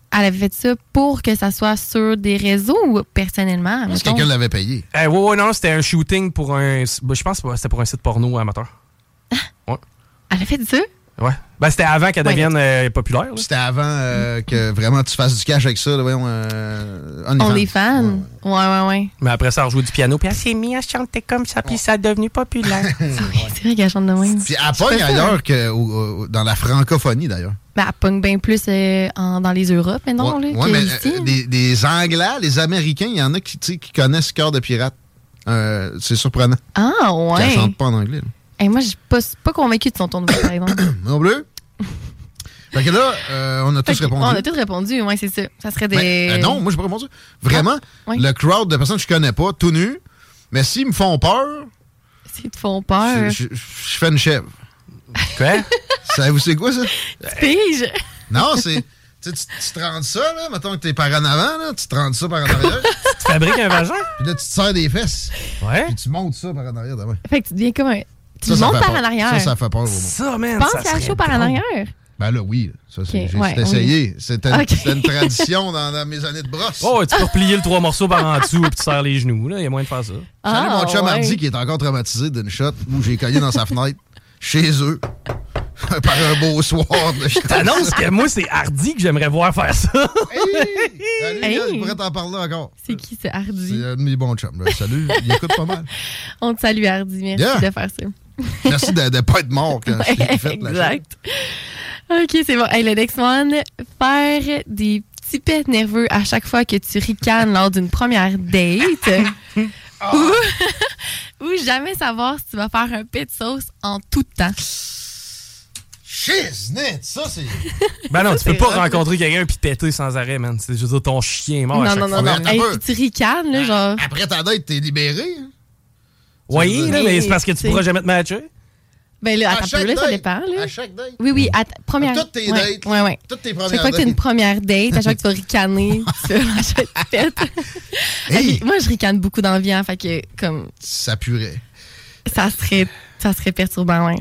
Speaker 2: elle avait fait ça pour que ça soit sur des réseaux ou personnellement?
Speaker 1: Parce que
Speaker 2: admettons?
Speaker 1: quelqu'un l'avait payé.
Speaker 3: eh, ouais, ouais, non, c'était un shooting pour un. ben, je pense que c'était pour un site porno amateur.
Speaker 2: Elle a fait ça?
Speaker 3: Ouais. Ben, c'était avant qu'elle
Speaker 2: Ouais,
Speaker 3: devienne euh, populaire. là.
Speaker 1: C'était avant euh, que vraiment tu fasses du cash avec ça. Là, voyons, euh,
Speaker 2: On
Speaker 1: OnlyFans.
Speaker 2: est fan? Ouais, ouais, ouais.
Speaker 3: Mais après ça, elle rejouait du piano, puis elle s'est mise à chanter comme ça, puis ça a devenu populaire.
Speaker 2: Oui, C'est vrai qu'elle chante de même.
Speaker 1: Puis à pogne ailleurs que au- au- dans la francophonie d'ailleurs.
Speaker 2: Ben, elle pogne bien plus euh, en- dans les Europes, mais non,
Speaker 1: Ouais,
Speaker 2: là,
Speaker 1: ouais,
Speaker 2: que
Speaker 1: mais
Speaker 2: ici.
Speaker 1: euh, des, des Anglais, les Américains, il y en a qui, tu sais, qui connaissent Cœur de pirate. Euh, c'est surprenant.
Speaker 2: Ah,
Speaker 1: Ça
Speaker 2: ouais.
Speaker 1: chante pas en anglais. là.
Speaker 2: Hey, moi, je suis pas, pas convaincue de son ton de voix, par
Speaker 1: [COUGHS]
Speaker 2: exemple. [LAUGHS]
Speaker 1: Non plus. fait que là, euh, on a
Speaker 2: Fait
Speaker 1: tous
Speaker 2: que-
Speaker 1: répondu.
Speaker 2: On a tous répondu, ouais, c'est ça. Ça serait des.
Speaker 1: Mais, euh, non, moi, j'ai pas répondu. Vraiment,
Speaker 2: Ah, ouais.
Speaker 1: le crowd de personnes que je connais pas, tout nu, mais s'ils me font peur,
Speaker 2: S'ils te font peur.
Speaker 1: je, je- je fais une chèvre.
Speaker 2: [LAUGHS]
Speaker 3: Quoi?
Speaker 1: Savez-vous c'est quoi, ça?
Speaker 2: Tu piges.
Speaker 1: Non, c'est... Tu, sais, tu, tu te rends ça, là, mettons que t'es par en avant, là, tu te rends ça par
Speaker 2: [LAUGHS]
Speaker 1: en arrière, puis
Speaker 3: Tu fabriques un vagin?
Speaker 1: là, tu te serres des fesses,
Speaker 3: Ouais.
Speaker 1: puis tu montes ça par en arrière demain.
Speaker 2: Fait que tu deviens comme un. Tu
Speaker 1: ça
Speaker 2: montes
Speaker 1: fait
Speaker 2: par
Speaker 1: peur.
Speaker 2: en arrière.
Speaker 1: Ça, ça fait peur au monde.
Speaker 3: Ça, man.
Speaker 2: Pense
Speaker 3: ça
Speaker 2: à
Speaker 3: serait
Speaker 2: chaud par en
Speaker 3: drôle.
Speaker 2: arrière.
Speaker 1: Ben là, oui. là. Ça, c'est-
Speaker 2: Ok,
Speaker 1: j'ai
Speaker 2: ouais,
Speaker 1: c'est essayé. C'était
Speaker 2: [LAUGHS] Ok.
Speaker 1: c'était une tradition dans, dans mes années de brosse.
Speaker 3: Oh, tu peux replier le trois morceaux par en dessous, puis tu serres les genoux. là. Il y a moyen de
Speaker 2: [LAUGHS]
Speaker 3: faire ça.
Speaker 1: Salut
Speaker 2: Ah,
Speaker 1: mon chum
Speaker 2: ouais.
Speaker 1: Andy qui est encore traumatisé d'une shot où j'ai cogné dans sa fenêtre, [LAUGHS] chez eux, [LAUGHS] par un beau soir
Speaker 2: [LAUGHS] Ah,
Speaker 1: de shot.
Speaker 3: T'annonces Ah que moi, c'est Hardy que j'aimerais voir faire ça.
Speaker 1: Hey! Salut,
Speaker 2: Hey!
Speaker 1: gars, je pourrais t'en parler encore.
Speaker 2: C'est qui, c'est
Speaker 1: C'est
Speaker 2: Hardy?
Speaker 1: un de mes bons chums. là. Salut, il écoute pas mal.
Speaker 2: On te salue, Hardy. Merci
Speaker 1: Yeah.
Speaker 2: de faire ça.
Speaker 1: Merci de ne pas être mort
Speaker 2: [LAUGHS]
Speaker 1: quand je l'ai fait. la shot.
Speaker 2: exact. OK, c'est bon. Hey, le next one, faire
Speaker 1: [LAUGHS]
Speaker 2: des petits pets nerveux à chaque fois que tu ricanes lors d'une première date.
Speaker 1: Ah.
Speaker 2: Ou, [LAUGHS] ou jamais savoir si tu vas faire un pet de sauce en tout temps.
Speaker 1: Shiznit, ça c'est.
Speaker 3: Ben non, tu peux
Speaker 2: c'est
Speaker 3: pas
Speaker 2: rough, là.
Speaker 3: rencontrer quelqu'un puis péter sans arrêt, man. C'est- Je veux dire, ton chien est
Speaker 1: Oh,
Speaker 3: mort. à
Speaker 2: non,
Speaker 3: chaque
Speaker 2: non,
Speaker 3: fois.
Speaker 2: non, non,
Speaker 1: Regarde,
Speaker 2: Hey,
Speaker 1: un peu.
Speaker 2: puis tu ricanes, là, genre.
Speaker 1: Après ta date, t'es libéré. hein.
Speaker 3: Oui, là, mais c'est parce que tu
Speaker 2: C'est-
Speaker 3: pourras jamais te matcher.
Speaker 2: Ben là, attends un peu, là, ça
Speaker 1: date,
Speaker 2: dépend, là.
Speaker 1: À chaque date.
Speaker 2: Oui, oui, à ta- première.
Speaker 1: toutes tes
Speaker 2: ouais,
Speaker 1: dates.
Speaker 2: Ouais, ouais.
Speaker 1: Toutes tes
Speaker 2: Chaque
Speaker 1: premières
Speaker 2: fois que tu as une
Speaker 1: dates.
Speaker 2: première date, à chaque fois que tu vas
Speaker 1: [LAUGHS]
Speaker 2: ricaner, tu vas lâcher une pète.
Speaker 1: Hey,
Speaker 2: Moi, je ricane beaucoup d'envie, hein, fait que, comme,
Speaker 1: ça purait.
Speaker 2: ça serait, ça serait perturbant, ouais,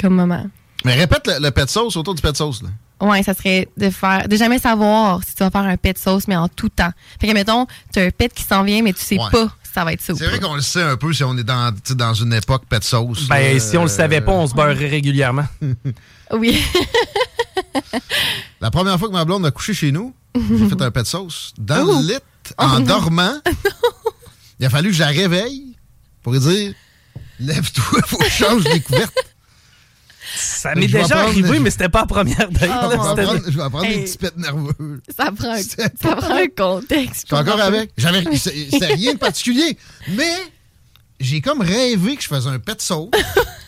Speaker 2: comme moment.
Speaker 1: Mais répète le, le pet sauce autour du pet sauce. Là.
Speaker 2: Ouais, ça serait de faire de jamais savoir si tu vas faire un pet de sauce, mais en tout temps. Fait que mettons, t'as un pet qui s'en vient, mais tu sais
Speaker 1: Ouais.
Speaker 2: pas si ça va être ça ou
Speaker 1: C'est
Speaker 2: pas.
Speaker 1: vrai qu'on le sait un peu si on est dans, tu sais, dans une époque pet sauce.
Speaker 3: Ben,
Speaker 1: là,
Speaker 3: si on le savait pas, on se
Speaker 2: Mm.
Speaker 3: beurrait régulièrement.
Speaker 2: Oui. [LAUGHS]
Speaker 1: La première fois que ma blonde a couché chez nous, j'ai fait un pet sauce dans le lit, en [LAUGHS] dormant. Il a fallu que je la réveille pour lui dire Lève-toi, faut que je change les couvertes.
Speaker 3: Ça
Speaker 1: Mais
Speaker 3: m'est
Speaker 1: je vais
Speaker 3: déjà
Speaker 1: prendre-
Speaker 3: arrivé, mais c'était pas la première date.
Speaker 2: Oh,
Speaker 1: Je vais
Speaker 2: mon
Speaker 3: [LAUGHS] C'était-
Speaker 1: prendre, je vais prendre
Speaker 2: Hey.
Speaker 1: des petits pets nerveux.
Speaker 2: ça prend un, ça
Speaker 1: C'est-
Speaker 2: prend un contexte.
Speaker 1: Je suis encore avec.
Speaker 2: [LAUGHS]
Speaker 1: J'avais, c'est- c'était rien de particulier. Mais j'ai comme rêvé que je faisais un pet sauce.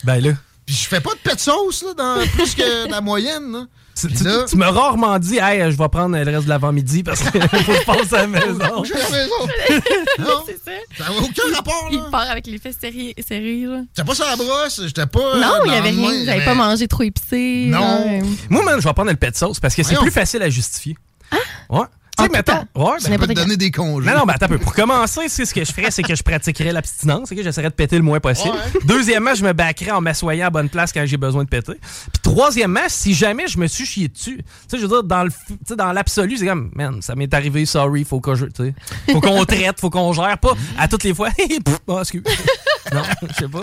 Speaker 3: Ben là.
Speaker 1: Puis je fais pas de pet sauce là, dans plus que la moyenne. là.
Speaker 3: Tu,
Speaker 1: Puis
Speaker 3: tu-
Speaker 1: là-
Speaker 3: tu m'as rarement dit, hey, je vais prendre le reste de l'avant-midi parce que [LAUGHS] faut que je passe à la maison.
Speaker 1: Coucher à la maison. Non,
Speaker 2: [LAUGHS] C'est ça.
Speaker 1: ça n'a aucun rapport.
Speaker 2: Il
Speaker 1: Là.
Speaker 2: part avec les fesses serrées. serrées, là.
Speaker 1: J'étais pas sur la brosse, j'étais pas.
Speaker 2: non,
Speaker 1: euh,
Speaker 2: il y avait
Speaker 1: dans le
Speaker 2: rien.
Speaker 1: moins,
Speaker 2: J'avais pas mangé trop épicé.
Speaker 1: Non.
Speaker 2: ouais.
Speaker 3: Moi, man, je vais prendre le pet de sauce parce que c'est
Speaker 1: Voyons.
Speaker 3: plus facile à justifier.
Speaker 2: Hein?
Speaker 3: Ouais. Tu
Speaker 2: En
Speaker 3: sais,
Speaker 2: tout
Speaker 3: mettons.
Speaker 2: temps.
Speaker 3: Ouais,
Speaker 2: C'est
Speaker 3: ben,
Speaker 1: Je peux te
Speaker 2: N'importe
Speaker 1: donner des congés.
Speaker 3: non, non, ben attends un peu. Pour commencer, c'est ce que je ferais, c'est que je pratiquerais l'abstinence, c'est que j'essaierais de péter le moins possible.
Speaker 1: Ouais.
Speaker 3: Deuxièmement, je me baquerais en m'assoyant à bonne place quand j'ai besoin de péter. Puis troisièmement, si jamais je me suis chié dessus, tu sais, je veux dire, dans le, f- tu sais, dans l'absolu, c'est comme, man, ça m'est arrivé, sorry, faut que je, tu sais,
Speaker 1: [LAUGHS]
Speaker 3: faut qu'on traite, faut qu'on gère, pas à toutes les fois. [LAUGHS] Pff, ah, excuse. non, je sais pas.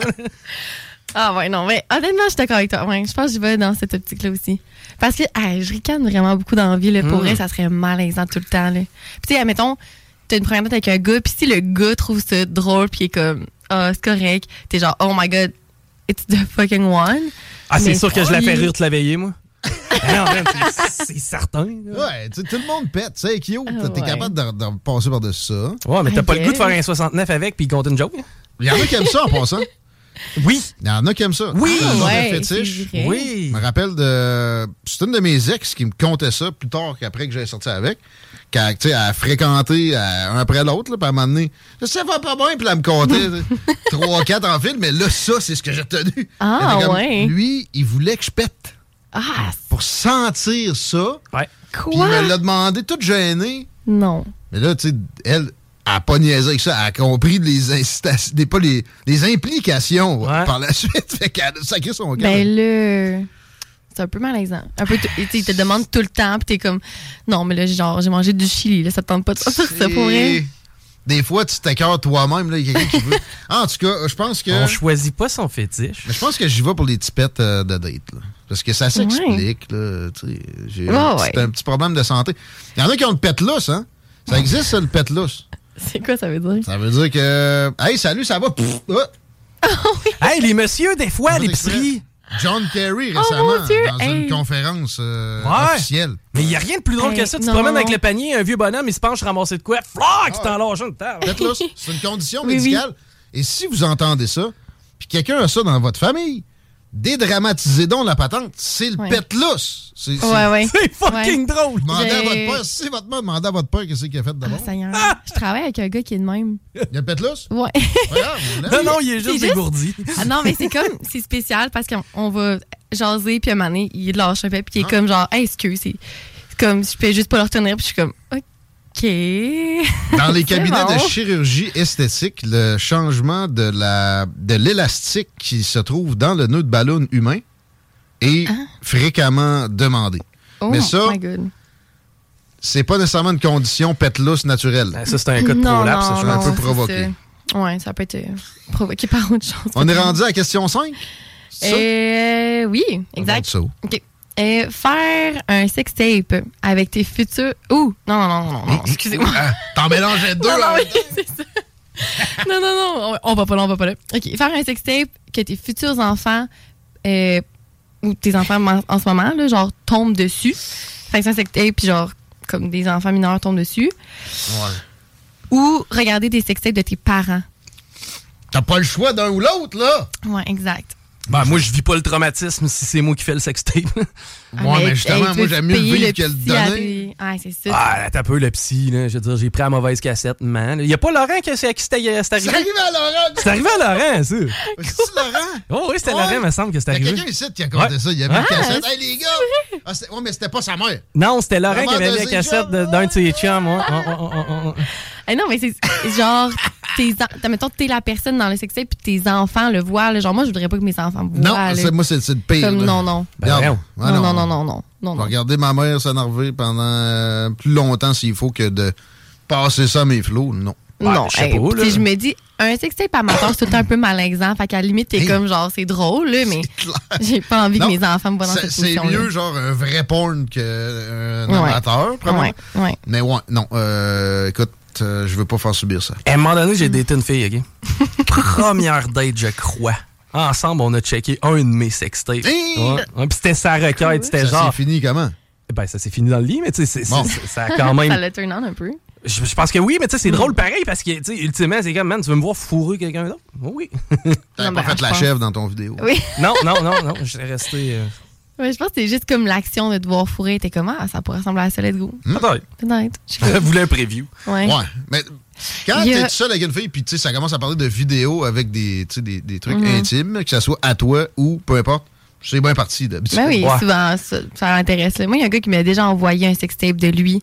Speaker 2: Ah ouais, non, mais honnêtement, je suis d'accord avec toi. Ouais, je pense que je vais dans cette optique-là aussi. Parce que hey, je ricane vraiment beaucoup d'envie. Là,
Speaker 1: Hmm.
Speaker 2: pour
Speaker 3: Mm.
Speaker 2: vrai, ça serait malaisant tout le temps. Là. Puis tu sais, admettons, t'as une première date avec un gars, puis si le gars trouve ça drôle, puis il est comme, ah, c'est correct, t'es genre, oh my god, it's the fucking one.
Speaker 3: Ah, c'est
Speaker 2: Mais
Speaker 3: sûr que je la fais
Speaker 2: sorry.
Speaker 3: rire toute la
Speaker 1: [LAUGHS]
Speaker 3: veillée, moi. Ah non, man, c'est- c'est certain. là.
Speaker 1: Ouais, tu sais, tout le monde pète, c'est cute.
Speaker 2: Ah,
Speaker 1: T'es
Speaker 2: ouais.
Speaker 1: capable de, de passer par-dessus ça.
Speaker 3: Ouais, mais t'as pas le
Speaker 2: Ok.
Speaker 3: goût de faire un 69 avec puis compter une joke.
Speaker 1: Il y en a qui aiment ça en passant.
Speaker 3: Oui.
Speaker 1: Il y en a qui aiment ça.
Speaker 3: Oui.
Speaker 1: C'est Ah, un genre de
Speaker 2: Ouais,
Speaker 1: fétiche.
Speaker 2: c'est vrai.
Speaker 1: Je
Speaker 3: Oui.
Speaker 1: me rappelle de. C'est une de mes ex qui me contait ça plus tard qu'après que j'avais sorti avec. Qu'elle tu sais, elle a fréquenté euh, un après l'autre, là, puis à un moment donné, ça va pas bien, puis elle me comptait tu
Speaker 2: [LAUGHS]
Speaker 1: sais, trois, quatre en fil, mais là, ça, c'est ce que j'ai retenu.
Speaker 2: Ah,
Speaker 1: Elle était comme,
Speaker 2: ouais.
Speaker 1: Lui, il voulait que je pète.
Speaker 2: Ah,
Speaker 1: Pour sentir ça,
Speaker 3: Ouais.
Speaker 1: puis il
Speaker 2: quoi?
Speaker 1: me l'a demandé, toute gênée.
Speaker 2: Non.
Speaker 1: Mais là, tu sais, elle, elle a pas niaisé avec ça. Elle a compris les incitations, des, pas les, les implications
Speaker 3: Ouais.
Speaker 1: par la [LAUGHS] suite. fait qu'elle a sacré son gars.
Speaker 2: Ben là, c'est un peu malaisant. Un peu, t- tu sais, il te demande tout le temps, puis t'es comme, non, mais là, genre, j'ai mangé du chili, là, ça te tente pas de faire [LAUGHS] ça pour vrai.
Speaker 1: C'est- Des fois, tu t'écœures toi-même, là, il y a quelqu'un qui
Speaker 2: [LAUGHS]
Speaker 1: veut. En tout cas, je pense que.
Speaker 3: On choisit pas son fétiche.
Speaker 1: Mais je pense que j'y vais pour les tipettes euh, de date, là. Parce que ça s'explique, là. tu sais, j'ai un,
Speaker 2: Ouais,
Speaker 1: petit-
Speaker 2: ouais.
Speaker 1: un petit problème de santé. Il y en a qui ont le pet lousse, hein? Ça existe, ça, le pet lousse.
Speaker 2: C'est quoi ça veut dire?
Speaker 1: Ça veut dire que. Hey, salut, ça va? Pff, ah!
Speaker 3: [LAUGHS] Hey, Ah, les messieurs, des fois, à
Speaker 1: Vous
Speaker 3: l'épicerie.
Speaker 1: exprès. John Kerry
Speaker 2: Oh,
Speaker 1: récemment
Speaker 2: mon Dieu,
Speaker 1: dans une
Speaker 2: hey.
Speaker 1: conférence euh,
Speaker 3: Ouais.
Speaker 1: officielle.
Speaker 3: Mais y a rien de plus drôle
Speaker 2: Hey,
Speaker 3: que ça. Tu te
Speaker 2: Ben, non,
Speaker 3: promènes
Speaker 2: non,
Speaker 3: avec
Speaker 2: non.
Speaker 3: le panier, un vieux bonhomme, il se penche ramasser de quoi? Flock, tu t'en lâches une table.
Speaker 1: Faites-le,
Speaker 2: [LAUGHS]
Speaker 1: c'est une condition
Speaker 2: Oui, oui.
Speaker 1: médicale. Et si vous entendez ça, puis quelqu'un a ça dans votre famille, dédramatisez donc la patente. C'est le
Speaker 2: Ouais.
Speaker 1: pète lousse. C'est- c'est-
Speaker 2: Ouais, ouais.
Speaker 3: [LAUGHS] C'est fucking drôle.
Speaker 1: Demandez à
Speaker 2: J'ai-
Speaker 1: votre père, si c'est votre mère, demandez à votre père qu'est-ce qu'il a fait de
Speaker 2: Ah,
Speaker 1: bon.
Speaker 2: Seigneur. Je travaille avec un gars qui est de même.
Speaker 1: Il a le pète lousse? [LAUGHS]
Speaker 2: Ouais.
Speaker 1: Pas grave, on l'aime.
Speaker 3: Non, non, il est
Speaker 2: C'est
Speaker 3: juste
Speaker 2: juste-
Speaker 3: dégourdi.
Speaker 2: Ah non, mais c'est comme, c'est spécial parce qu'on on va jaser, puis à un moment donné, il lâche un peu,
Speaker 1: Ah.
Speaker 2: puis il est comme genre, hey, excuse. C'est c'est comme, je peux juste pas le retenir, puis je suis comme, OK.
Speaker 1: [LAUGHS] Dans
Speaker 2: [LAUGHS]
Speaker 1: les
Speaker 2: C'est
Speaker 1: cabinets
Speaker 2: bon.
Speaker 1: de chirurgie esthétique, le changement de la de l'élastique qui se trouve dans le nœud de ballon humain est fréquemment demandé.
Speaker 2: Ah. Oh
Speaker 1: Mais ça,
Speaker 2: my God.
Speaker 1: C'est pas nécessairement une condition pételousse naturelle.
Speaker 3: Ah, Ça, c'est un cas de
Speaker 2: non,
Speaker 3: prolapse.
Speaker 2: non,
Speaker 1: je l'ai un
Speaker 2: non,
Speaker 1: peu
Speaker 2: c'est
Speaker 1: provoqué.
Speaker 2: ça. Ouais, ça peut être euh, provoqué par autre chose.
Speaker 1: On est rendu à la question 5?
Speaker 2: Euh, oui, exact.
Speaker 1: Ça.
Speaker 2: OK. Euh, faire un sextape avec tes futurs. Ouh, non, non, non, non, non, excusez-moi.
Speaker 1: Ah, T'en mélangeais
Speaker 2: [LAUGHS]
Speaker 1: deux. hein?
Speaker 2: Non, non,
Speaker 1: en même
Speaker 2: oui, c'est ça. non, non, non, on on va pas là, on va pas là. OK, faire un sextape que tes futurs enfants euh, ou tes enfants en, en ce moment, là, genre, tombent dessus. Fait que c'est un sextape, puis genre, comme des enfants mineurs tombent dessus.
Speaker 1: temps. Ouais.
Speaker 2: Ou regarder des sextapes de tes parents.
Speaker 1: T'as pas le choix d'un ou l'autre, là.
Speaker 2: Ouais, exact.
Speaker 3: Ben, moi, je vis pas le traumatisme si c'est moi qui fais le sextape.
Speaker 2: Ah,
Speaker 1: Ouais, mais
Speaker 2: hey,
Speaker 1: justement,
Speaker 2: tu
Speaker 1: moi,
Speaker 2: veux
Speaker 1: j'aime mieux le
Speaker 2: payer
Speaker 1: vivre que le
Speaker 2: psy
Speaker 1: donner.
Speaker 2: à tes- Ouais, c'est ça.
Speaker 3: ah, là, t'as peu le psy, là. Je veux dire, j'ai pris la mauvaise cassette, man. Y a pas Laurent qui c'est à qui c'était euh, c'est
Speaker 1: C'est
Speaker 3: arrivé?
Speaker 1: arrivé à Laurent.
Speaker 3: C'est arrivé à Laurent, ça.
Speaker 1: [LAUGHS] C'est Laurent.
Speaker 3: Oh, oui, c'était
Speaker 1: Ouais.
Speaker 3: Laurent, me semble que c'est
Speaker 1: Il y a
Speaker 3: arrivé.
Speaker 1: quelqu'un ici qui a compté
Speaker 3: Ouais.
Speaker 1: ça. Il y avait une
Speaker 3: Ah,
Speaker 1: cassette.
Speaker 2: c'est
Speaker 1: Hey, les gars! Ah, c'était- ouais, mais c'était pas sa mère.
Speaker 3: Non, c'était Laurent
Speaker 1: Maman
Speaker 3: qui avait
Speaker 1: de
Speaker 3: la
Speaker 1: ses
Speaker 3: cassette
Speaker 1: chums.
Speaker 3: de- d'un de ses chums, ouais. Oh, oh, oh, oh, oh.
Speaker 2: Ah non, mais c'est [LAUGHS] genre, tes, en- t'as- mettons, t'es la personne dans le sextape, puis tes enfants le voient. là. genre, moi, je voudrais pas que mes enfants voient.
Speaker 1: Non,
Speaker 2: là.
Speaker 1: c'est- moi, c'est c'est le pire.
Speaker 2: Comme,
Speaker 1: là.
Speaker 2: non, non.
Speaker 3: Ben,
Speaker 1: Regarde.
Speaker 3: voyons.
Speaker 1: Ah,
Speaker 2: non, non, non, non, non, non,
Speaker 1: Je vais
Speaker 2: non.
Speaker 1: regarder ma mère s'énerver pendant euh, plus longtemps s'il faut que de passer ça à mes flots. Non.
Speaker 3: Ouais,
Speaker 2: non,
Speaker 3: je sais
Speaker 2: hey,
Speaker 3: pas, là.
Speaker 2: puis je me dis, un sextape amateur, c'est tout le temps un peu malaisant. Fait qu'à la limite, t'es
Speaker 1: Hey.
Speaker 2: comme genre, c'est drôle, là,
Speaker 1: [LAUGHS]
Speaker 2: mais
Speaker 1: Clair.
Speaker 2: j'ai pas envie
Speaker 1: Non,
Speaker 2: que mes enfants me voient dans
Speaker 1: c'est-
Speaker 2: cette
Speaker 1: C'est
Speaker 2: position
Speaker 1: mieux, genre, un vrai porn qu'un
Speaker 2: Ouais.
Speaker 1: amateur, probablement.
Speaker 2: Ouais, ouais.
Speaker 1: Mais ouais, non. euh, écoute, euh, je veux pas faire subir ça.
Speaker 3: À un moment donné, j'ai daté une fille, OK? Première date, je crois. Ensemble, on a checké un de mes sextapes.
Speaker 1: Hey!
Speaker 3: Ouais. Ouais, puis c'était sa requête, c'était
Speaker 1: Ça s'est
Speaker 3: genre...
Speaker 1: fini comment?
Speaker 3: Ben, ça s'est fini dans le lit, mais tu sais, c'est-
Speaker 1: Bon.
Speaker 3: c'est- ça a Ah,
Speaker 2: [LAUGHS]
Speaker 3: quand
Speaker 2: Ça
Speaker 3: même...
Speaker 2: le turn on un peu.
Speaker 3: Je, je pense que oui, mais tu sais, c'est drôle pareil, parce que, tu sais, ultimement, c'est comme, man, tu veux me voir fourrer quelqu'un d'autre? Oui. [LAUGHS]
Speaker 1: T'as
Speaker 2: Non,
Speaker 1: pas
Speaker 2: ben,
Speaker 1: fait
Speaker 2: je
Speaker 1: la
Speaker 2: pense-
Speaker 1: chèvre dans ton vidéo.
Speaker 2: Oui. [LAUGHS]
Speaker 3: non, non, non, non, je suis resté... euh,
Speaker 2: Ouais, je pense que c'est juste comme l'action de devoir fourrer. T'es comme, ah, ça pourrait ressembler à ça, let's go.
Speaker 3: Attends,
Speaker 2: Peut-être. Je sais
Speaker 3: je
Speaker 2: pas.
Speaker 3: voulais un preview.
Speaker 2: Ouais.
Speaker 1: Ouais, mais quand
Speaker 2: Il y a-
Speaker 1: t'es tout seul avec une fille, puis tu sais, ça commence à parler de vidéos avec des, tu sais, des, des trucs
Speaker 2: Mm-hmm.
Speaker 1: intimes, que ça soit à toi ou peu importe, c'est bien parti d'habitude.
Speaker 2: Ben oui,
Speaker 3: Ouais.
Speaker 2: souvent, ça, ça l'intéresse. là. Moi, il y a un gars qui m'a déjà envoyé un sextape de lui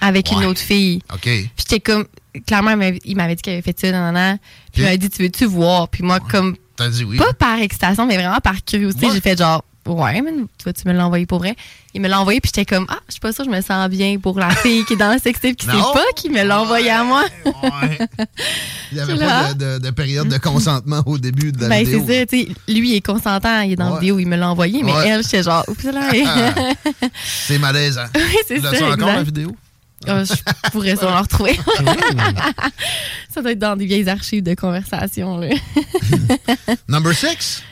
Speaker 2: avec une
Speaker 1: Ouais.
Speaker 2: autre fille.
Speaker 1: OK.
Speaker 2: Puis j'étais comme, clairement, il m'avait- il m'avait dit qu'il avait fait ça, nan, nan, nan. Puis il
Speaker 1: Ok.
Speaker 2: m'a dit, tu veux-tu voir? Puis moi, comme,
Speaker 1: T'as dit oui.
Speaker 2: pas par excitation, mais vraiment par curiosité,
Speaker 1: Ouais.
Speaker 2: j'ai fait genre, ouais, mais tu vas-tu me l'envoyer pour vrai? Il me l'a envoyé, puis j'étais comme, ah, je suis pas sûre, je me sens bien pour la fille qui est dans le sextape, qui sait
Speaker 1: Non.
Speaker 2: pas qui me l'a envoyé à moi.
Speaker 1: Ouais. Il n'y avait
Speaker 2: C'est
Speaker 1: pas
Speaker 2: [LAUGHS] là.
Speaker 1: de, de- de période de consentement au début de la
Speaker 2: Ben, c'est
Speaker 1: vidéo.
Speaker 2: ça, tu sais, lui, il est consentant, il est dans
Speaker 1: Ouais.
Speaker 2: la vidéo, il me l'a envoyé, mais
Speaker 1: Ouais.
Speaker 2: elle, j'étais genre, oups
Speaker 1: [LAUGHS]
Speaker 2: là.
Speaker 1: Ah. C'est malaisant.
Speaker 2: oui, [LAUGHS] c'est ça.
Speaker 1: L'as-tu encore
Speaker 2: exact.
Speaker 1: la vidéo?
Speaker 2: Ah, je pourrais sûrement le
Speaker 1: [LAUGHS]
Speaker 2: retrouver. ça doit être dans des vieilles archives de conversation. Là.
Speaker 1: Number 6?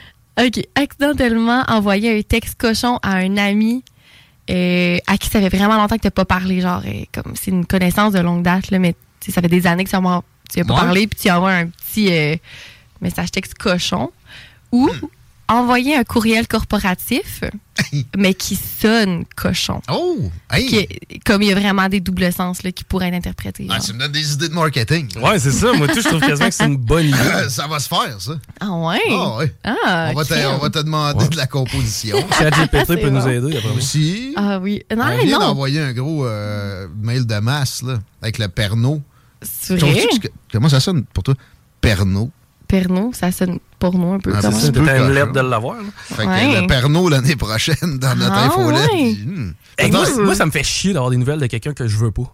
Speaker 2: OK. Accidentellement envoyer un texte cochon à un ami euh, à qui ça fait vraiment longtemps que tu pas parlé. Genre, euh, comme c'est une connaissance de longue date, là, mais tu sais, ça fait des années que tu n'as pas
Speaker 1: Ouais.
Speaker 2: parlé, puis tu envoies un petit euh, message texte cochon. Ou
Speaker 1: Hmm.
Speaker 2: envoyer un courriel
Speaker 1: [LAUGHS]
Speaker 2: corporatif, mais qui sonne cochon.
Speaker 1: Oh! Hey!
Speaker 2: Qui est- comme il y a vraiment des doubles sens là, qui pourraient être interprétés.
Speaker 1: Ah,
Speaker 2: genre.
Speaker 1: tu me donnes des idées de marketing.
Speaker 3: Ouais, c'est ça. Moi, tout, je trouve quasiment que c'est une bonne idée.
Speaker 1: [LAUGHS] [COUGHS] ça va se faire, ça.
Speaker 2: Ah ouais?
Speaker 1: Ah, ouais.
Speaker 2: Ah,
Speaker 1: on, va te,
Speaker 2: crème.
Speaker 1: on va te demander
Speaker 3: Ouais.
Speaker 1: de la composition.
Speaker 3: ChatGPT
Speaker 2: C'est
Speaker 3: peut nous
Speaker 2: bon.
Speaker 3: aider, après moi.
Speaker 1: Aussi.
Speaker 2: Ah oui. Non,
Speaker 1: On vient
Speaker 2: non.
Speaker 1: d'envoyer un gros euh, mail de masse là, avec le perno.
Speaker 2: C'est vrai.
Speaker 1: Trouves-tu que- Comment ça sonne pour toi? Perno.
Speaker 2: Perno, ça sonne pour nous un peu.
Speaker 1: Ah,
Speaker 2: comme
Speaker 1: c'est
Speaker 2: ça.
Speaker 1: ça.
Speaker 3: C'était
Speaker 1: cochon.
Speaker 3: une lettre de l'avoir. là.
Speaker 1: Fait que
Speaker 2: Ouais.
Speaker 1: le perno l'année prochaine dans notre
Speaker 2: Ah,
Speaker 1: infolette.
Speaker 2: ouais.
Speaker 1: puis, hmm.
Speaker 3: Hey, moi,
Speaker 1: Attends,
Speaker 3: moi, ça me fait chier d'avoir des nouvelles de quelqu'un que je veux pas. Tu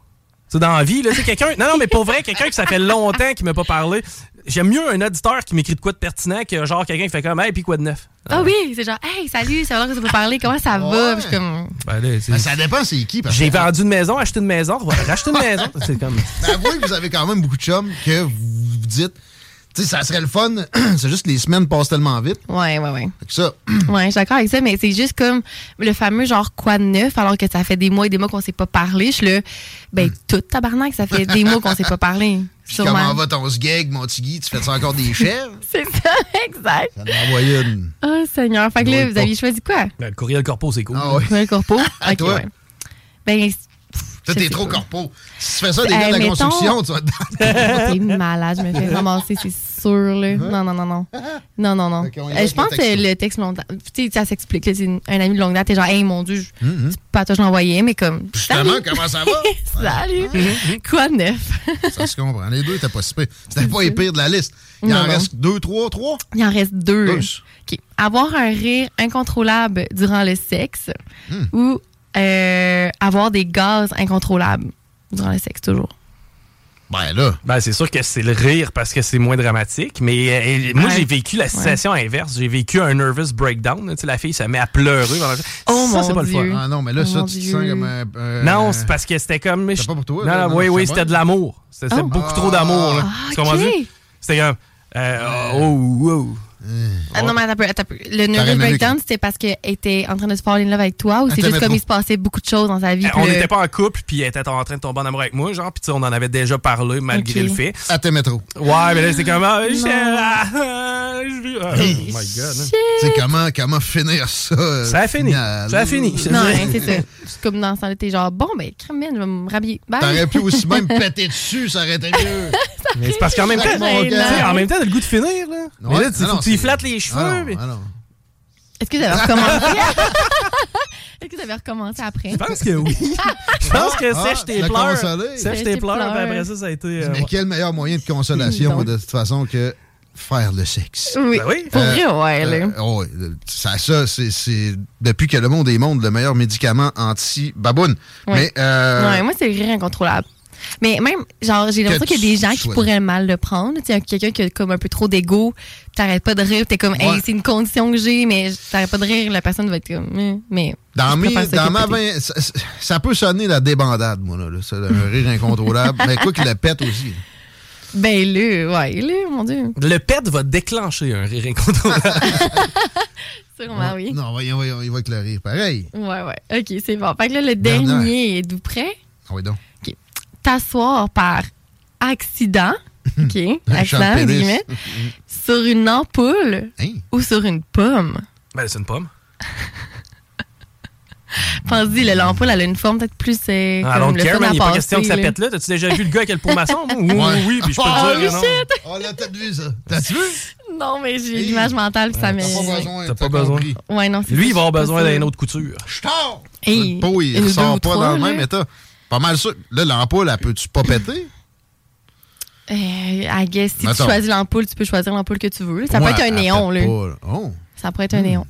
Speaker 3: sais, dans la vie, là, c'est quelqu'un. Non, non, mais pour vrai, quelqu'un que ça fait longtemps qu'il m'a pas parlé. J'aime mieux un auditeur qui m'écrit de quoi de pertinent que genre quelqu'un qui fait comme, hey, puis quoi de neuf?
Speaker 2: Ah oui, c'est genre, hey, salut, ça va que ça peut parler, comment ça va?
Speaker 1: Ouais.
Speaker 2: Puis je suis comme,
Speaker 3: Ben, là, c'est-
Speaker 1: ben, ça dépend c'est qui. Parce
Speaker 3: J'ai
Speaker 1: que, Ben,
Speaker 3: vendu une maison, acheté une maison, voilà, racheté une maison.
Speaker 1: [LAUGHS]
Speaker 3: C'est comme.
Speaker 1: avouez que vous avez quand même beaucoup de chums que vous vous dites, tu sais, ça serait le fun. [CLEARS THROAT] c'est juste que les semaines passent tellement vite.
Speaker 2: ouais, ouais, ouais.
Speaker 1: Fait que ça, [CLEARS THROAT]
Speaker 2: Ouais, je suis d'accord avec ça, mais c'est juste comme le fameux genre quoi de neuf, alors que ça fait des mois et des mois qu'on s'est pas parlé. Je suis là, ben, tout tabarnak, ça fait des mois qu'on s'est pas parlé.
Speaker 1: Mm. [LAUGHS] puis comment
Speaker 2: Sûrement.
Speaker 1: va ton sgeg, mon tigui? Tu fais ça encore
Speaker 2: [LAUGHS]
Speaker 1: des chèvres?
Speaker 2: C'est ça, exact.
Speaker 1: Ça m'a envoyé une.
Speaker 2: Oh, Seigneur. Fait que là,
Speaker 1: Oui,
Speaker 2: vous aviez choisi quoi?
Speaker 3: Ben, le courriel corpo, c'est cool.
Speaker 1: Ah ouais.
Speaker 2: Noël
Speaker 1: [LAUGHS]
Speaker 2: Corpo? Ok,
Speaker 1: toi?
Speaker 2: ouais. Ben,
Speaker 1: Toi,
Speaker 2: je
Speaker 1: t'es
Speaker 2: sais
Speaker 1: trop
Speaker 2: pas.
Speaker 1: corpo. Si tu fais ça, des gars
Speaker 2: Hey,
Speaker 1: de la
Speaker 2: Eh, mettons- [LAUGHS]
Speaker 1: construction, tu vas être
Speaker 2: T'es malade, je me fais ramasser, c'est sûr. Là. Non, non, non, non. Non, non, non.
Speaker 1: Ok, on Uh-huh. y
Speaker 2: Euh,
Speaker 1: va avec
Speaker 2: je pense
Speaker 1: le texto.
Speaker 2: que le texte long Tu sais, ça s'explique. là, C'est une- un ami de longue date. T'es genre, hey, mon Dieu, je- c'est pas à toi, je l'envoyais, mais comme.
Speaker 1: Mm-hmm. justement,
Speaker 2: [LAUGHS]
Speaker 1: comment ça va? Mm-hmm.
Speaker 2: Salut! Quoi de neuf?
Speaker 1: Ça se comprend. Les deux étaient pas si pires. C'était pas les pires de la liste. Il en
Speaker 2: Mm-hmm. Non, non.
Speaker 1: reste deux, trois, trois.
Speaker 2: Il en reste deux.
Speaker 1: Deux.
Speaker 2: Ok. Avoir un rire incontrôlable durant le sexe
Speaker 1: Hmm.
Speaker 2: ou euh, avoir des gaz incontrôlables durant le sexe, toujours.
Speaker 1: Ben là,
Speaker 3: Ben, c'est sûr que c'est le rire parce que c'est moins dramatique, mais euh, moi,
Speaker 2: Ouais.
Speaker 3: j'ai vécu la situation inverse. J'ai vécu un nervous breakdown. là. Tu sais, la fille se met à pleurer.
Speaker 2: Oh
Speaker 3: ça,
Speaker 2: mon
Speaker 3: c'est pas le
Speaker 2: Dieu.
Speaker 3: fun.
Speaker 1: ah non, mais là,
Speaker 2: Oh
Speaker 1: ça,
Speaker 2: mon
Speaker 1: tu te
Speaker 2: Dieu.
Speaker 1: sens comme un. un-
Speaker 3: Non, c'est parce que c'était comme.
Speaker 1: C'est Euh, pas pour toi,
Speaker 3: Non,
Speaker 1: là,
Speaker 3: non,
Speaker 1: non,
Speaker 3: oui, oui,
Speaker 1: c'est
Speaker 3: c'était
Speaker 1: bon.
Speaker 3: de l'amour. C'était
Speaker 2: Oh.
Speaker 3: beaucoup trop d'amour. là.
Speaker 2: Ah,
Speaker 3: Tu comprends?
Speaker 2: ok.
Speaker 3: C'était comme. euh, oh, oh.
Speaker 2: Ah non, mais attends, un peu, attends, un peu. le nervous
Speaker 1: aimé
Speaker 2: breakdown,
Speaker 1: que-
Speaker 2: c'était parce qu'elle était en train de se fall in love avec toi ou c'est
Speaker 1: Attends,
Speaker 2: juste
Speaker 1: mais
Speaker 2: comme
Speaker 1: pour-
Speaker 2: il se passait beaucoup de choses dans sa vie?
Speaker 3: Eh,
Speaker 2: puis
Speaker 3: On
Speaker 2: le-
Speaker 3: n'était pas en couple, puis elle était en train de tomber en amour avec moi, genre, puis tu sais, on en avait déjà parlé malgré
Speaker 2: Ok.
Speaker 3: le fait.
Speaker 1: À tes métros.
Speaker 3: Ouais, mais là, c'est comme. Ah, Michel, ah, je vis- ah,
Speaker 1: Hey.
Speaker 3: Oh my god. hein.
Speaker 1: Tu sais, comment, comment finir ça? euh,
Speaker 3: Ça a fini.
Speaker 1: final?
Speaker 3: Ça a fini. je te
Speaker 2: Non,
Speaker 3: dirais.
Speaker 2: hein, c'est ça. C'est comme dans ce temps-là, t'es genre, bon, ben, crème, man, je vais me rhabiller. Bye.
Speaker 1: T'aurais pu aussi même péter dessus, ça aurait été
Speaker 3: [LAUGHS]
Speaker 1: mieux.
Speaker 3: Mais c'est parce qu'en même temps,
Speaker 1: Sac mon
Speaker 3: tu sais,
Speaker 1: gars.
Speaker 3: en même temps, t'as le goût de finir, là. Mais
Speaker 1: Ouais,
Speaker 3: là, tu,
Speaker 1: non, non,
Speaker 3: tu y
Speaker 1: c'est-
Speaker 3: flattes les
Speaker 1: Ah
Speaker 3: cheveux. Euh,
Speaker 1: non,
Speaker 3: puis-
Speaker 1: ah
Speaker 3: [LAUGHS]
Speaker 1: non.
Speaker 2: Est-ce que t'avais
Speaker 1: [LAUGHS]
Speaker 2: recommencé? [LAUGHS] Est-ce que t'avais recommencé après?
Speaker 3: Je pense que
Speaker 2: [LAUGHS]
Speaker 3: oui. Je pense que
Speaker 1: Ah,
Speaker 3: sèche tes
Speaker 1: la
Speaker 3: pleurs.
Speaker 1: consoler.
Speaker 3: Sèche tes pleurs, puis après ça, ça a été. euh,
Speaker 1: Mais
Speaker 3: ouais.
Speaker 1: quel meilleur moyen de consolation,
Speaker 2: Non.
Speaker 1: moi, de toute façon, que faire le sexe?
Speaker 2: Oui.
Speaker 3: Ben oui.
Speaker 2: Pour
Speaker 1: Euh,
Speaker 2: vrai, ouais, là.
Speaker 1: Euh, oh, euh, ça, ça c'est, c'est- depuis que le monde est monde, le meilleur médicament anti-baboune.
Speaker 2: Ouais.
Speaker 1: Mais euh,
Speaker 2: Ouais, moi, c'est le rire incontrôlable. Mais même, genre, j'ai l'impression
Speaker 1: Que
Speaker 2: qu'il y a des
Speaker 1: tu
Speaker 2: gens qui
Speaker 1: sois-
Speaker 2: pourraient mal le prendre. Tu sais, quelqu'un qui a comme un peu trop d'ego, pis t'arrêtes pas de rire, pis t'es comme,
Speaker 1: Ouais.
Speaker 2: hey, c'est une condition que j'ai, mais t'arrêtes pas de rire, la personne va être comme, Hum, mais.
Speaker 1: dans,
Speaker 2: je
Speaker 1: mes-
Speaker 2: préfère ça
Speaker 1: dans
Speaker 2: que
Speaker 1: ma
Speaker 2: péter.
Speaker 1: vingt- ça, ça peut sonner la débandade, moi, là, là, ça, là, un
Speaker 2: [LAUGHS]
Speaker 1: rire incontrôlable. mais quoi qu'il le pète aussi.
Speaker 2: Ben, là, ouais, là, mon Dieu.
Speaker 3: Le pet va déclencher un rire incontrôlable.
Speaker 2: Sûrement, oui.
Speaker 1: Non, voyons, voyons, il va avec le rire. Pareil.
Speaker 2: Ouais, ouais. OK, c'est bon. Fait que là, le
Speaker 1: Dernière.
Speaker 2: dernier, êtes-vous prêt?
Speaker 1: Ah oui, donc.
Speaker 2: T'asseoir par
Speaker 3: [LAUGHS]
Speaker 2: accident, OK, accident,
Speaker 1: Champ-pénis.
Speaker 2: guillemets, sur une ampoule
Speaker 1: Hein?
Speaker 2: ou sur une pomme.
Speaker 1: Ah.
Speaker 3: Ben, c'est une pomme.
Speaker 2: Pense-y, le l'ampoule, elle a une forme peut-être plus. euh,
Speaker 3: Ah,
Speaker 2: comme
Speaker 3: don't
Speaker 2: le
Speaker 3: care,
Speaker 2: fun à
Speaker 3: man. Il n'est pas
Speaker 2: passer,
Speaker 3: question que ça
Speaker 2: là.
Speaker 3: pète là. T'as-tu déjà vu le gars avec le pourmaçon? Oui, oui, oui. Puis je peux
Speaker 1: Ah,
Speaker 3: te dire,
Speaker 2: oui,
Speaker 3: non.
Speaker 2: shit.
Speaker 1: On l'a peut-être vu, ça. T'as-tu vu?
Speaker 2: Non, mais j'ai
Speaker 1: Hey.
Speaker 2: l'image mentale, puis ça
Speaker 1: T'as pas
Speaker 2: me.
Speaker 1: besoin.
Speaker 3: T'as pas besoin.
Speaker 1: compris.
Speaker 2: Ouais, non, c'est
Speaker 3: Lui,
Speaker 2: ça,
Speaker 3: il va avoir
Speaker 2: je suis
Speaker 3: besoin
Speaker 2: pas sûre.
Speaker 3: d'une autre couture.
Speaker 1: Je tors!
Speaker 2: Hey,
Speaker 1: Le pot, il
Speaker 2: une ou deux ou
Speaker 1: sort pas
Speaker 2: trois,
Speaker 1: dans le
Speaker 2: là.
Speaker 1: même état. Pas mal sûr. Là, l'ampoule, elle peut-tu pas péter?
Speaker 2: Euh, I guess, si
Speaker 1: Attends.
Speaker 2: tu choisis l'ampoule, tu peux choisir l'ampoule que tu veux. Ça
Speaker 1: Moi,
Speaker 2: peut être un
Speaker 1: elle
Speaker 2: néon, là.
Speaker 1: pète pas, Oh!
Speaker 2: Ça pourrait être
Speaker 3: Hmm.
Speaker 2: un néon.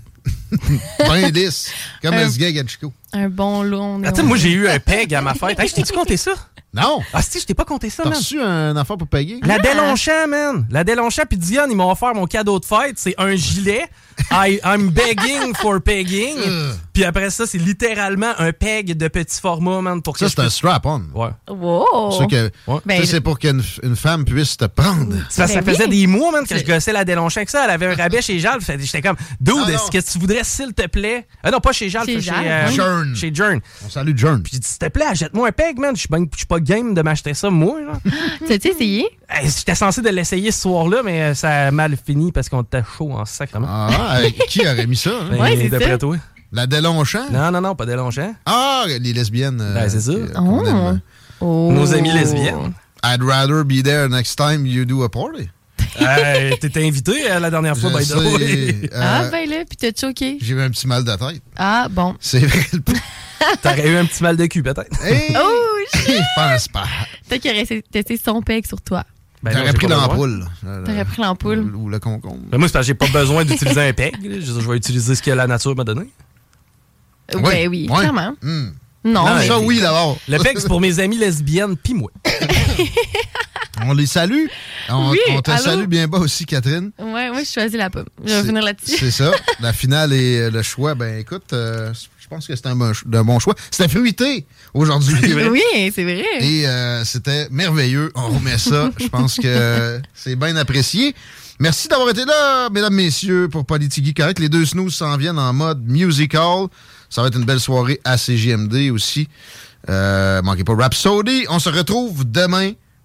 Speaker 1: 20 10. Comme
Speaker 2: Euh,
Speaker 1: le gag à Chico.
Speaker 2: Un bon long néon.
Speaker 3: Ah, tu sais, moi, j'ai eu un peg à ma fête. Hey, je t'ai-tu compté ça?
Speaker 1: Non!
Speaker 3: Ah, si, je t'ai pas compté ça,
Speaker 1: T'as
Speaker 3: man.
Speaker 1: reçu un affaire pour payer?
Speaker 2: Ah.
Speaker 3: La Délonchamp, man. La Délonchamp puis Diane, ils m'ont offert mon cadeau de fête. C'est un gilet. I- I'm begging
Speaker 1: [LAUGHS]
Speaker 3: for pegging.
Speaker 1: Euh.
Speaker 3: puis après ça, c'est littéralement un peg de petit format, man, pour que
Speaker 1: Ça,
Speaker 3: je
Speaker 1: c'est un
Speaker 3: puisse-
Speaker 1: strap-on.
Speaker 3: Ouais.
Speaker 2: Wow!
Speaker 1: C'est que-
Speaker 2: Ben,
Speaker 1: tu sais, c'est pour qu'une f- une femme puisse te prendre.
Speaker 3: Ça, ça
Speaker 2: Ben oui.
Speaker 3: faisait des mois, man, que je
Speaker 2: C'est- Ah.
Speaker 3: gossais la Délonchamp avec ça. Elle avait un rabais chez Jal. Fait- J'étais comme, dude,
Speaker 1: Ah, non.
Speaker 3: est-ce que tu voudrais, s'il te plaît? Ah non, pas chez Jal,
Speaker 2: Chez
Speaker 3: chez, euh,
Speaker 2: Jal, oui.
Speaker 1: Jern.
Speaker 3: Chez Jern.
Speaker 1: On salue John.
Speaker 3: Puis j'ai dit, s'il te plaît, achète-moi un peg, man. Je suis ben- je suis pas game de m'acheter ça, moi.
Speaker 2: [LAUGHS]
Speaker 3: là.
Speaker 2: Tu as essayé?
Speaker 3: Hey, J'étais censé de l'essayer ce soir-là, mais euh, ça a mal fini parce qu'on était chaud en sacrement.
Speaker 1: Ah, euh, qui aurait mis ça? hein?
Speaker 3: Ben,
Speaker 2: Ouais, c'est
Speaker 3: d'après
Speaker 2: ça.
Speaker 3: toi.
Speaker 1: La Delonchamp?
Speaker 3: Non, non, non, pas Délonchamp.
Speaker 1: Ah, les lesbiennes. euh,
Speaker 3: Ben, c'est ça.
Speaker 1: euh, qu'on
Speaker 2: Oh.
Speaker 1: aime.
Speaker 2: Oh.
Speaker 3: Nos amis
Speaker 2: [LAUGHS]
Speaker 3: lesbiennes.
Speaker 1: I'd rather be there next time you do a party.
Speaker 3: hey, T'étais invité euh, la dernière fois,
Speaker 1: Je
Speaker 3: by the way.
Speaker 1: sais, euh,
Speaker 2: Ah, ben là, puis t'as choqué.
Speaker 1: J'ai eu un petit mal de tête.
Speaker 2: Ah, bon.
Speaker 1: C'est
Speaker 2: [LAUGHS]
Speaker 1: vrai. le p-
Speaker 3: T'aurais eu un petit mal de cul, peut-être.
Speaker 1: Hey!
Speaker 2: Oh, shit!
Speaker 1: Je pense pas.
Speaker 2: Peut-être qu'il aurait essayé de tester son peg sur toi.
Speaker 3: Ben, non,
Speaker 1: T'aurais
Speaker 3: j'ai
Speaker 1: pris
Speaker 3: pas besoin.
Speaker 1: l'ampoule. là. Le-
Speaker 2: T'aurais pris Euh, l'ampoule.
Speaker 1: Ou le concombre.
Speaker 3: Ben, moi, c'est parce que j'ai pas besoin d'utiliser un peg. là. Je, je vais utiliser ce que la nature m'a donné.
Speaker 2: Ben oui,
Speaker 1: Euh, ouais.
Speaker 2: clairement.
Speaker 1: Hmm.
Speaker 2: Non,
Speaker 3: Non,
Speaker 2: mais.
Speaker 1: Ça, oui, d'abord.
Speaker 3: Le peg, Ah, c'est pour mes amis lesbiennes, pis moi.
Speaker 1: [LAUGHS] On les salue. On,
Speaker 2: Oui,
Speaker 1: on te
Speaker 2: allô?
Speaker 1: salue bien bas aussi, Catherine.
Speaker 2: Ouais, moi, je choisis la pomme. Je vais
Speaker 1: C'est-
Speaker 2: revenir là-dessus.
Speaker 1: [LAUGHS] C'est ça. La finale et euh, le choix, ben écoute, euh, je pense que c'était un bon, ch- d'un bon choix. C'était fruité aujourd'hui.
Speaker 2: Oui, c'est vrai.
Speaker 1: Et euh, c'était merveilleux. On remet ça. Je pense que euh, c'est bien apprécié. Merci d'avoir été là, mesdames, messieurs, pour Politigui Correct. Les deux snooze s'en viennent en mode musical. Ça va être une belle soirée à CGMD aussi. Euh, manquez pas Rhapsody. On se retrouve demain.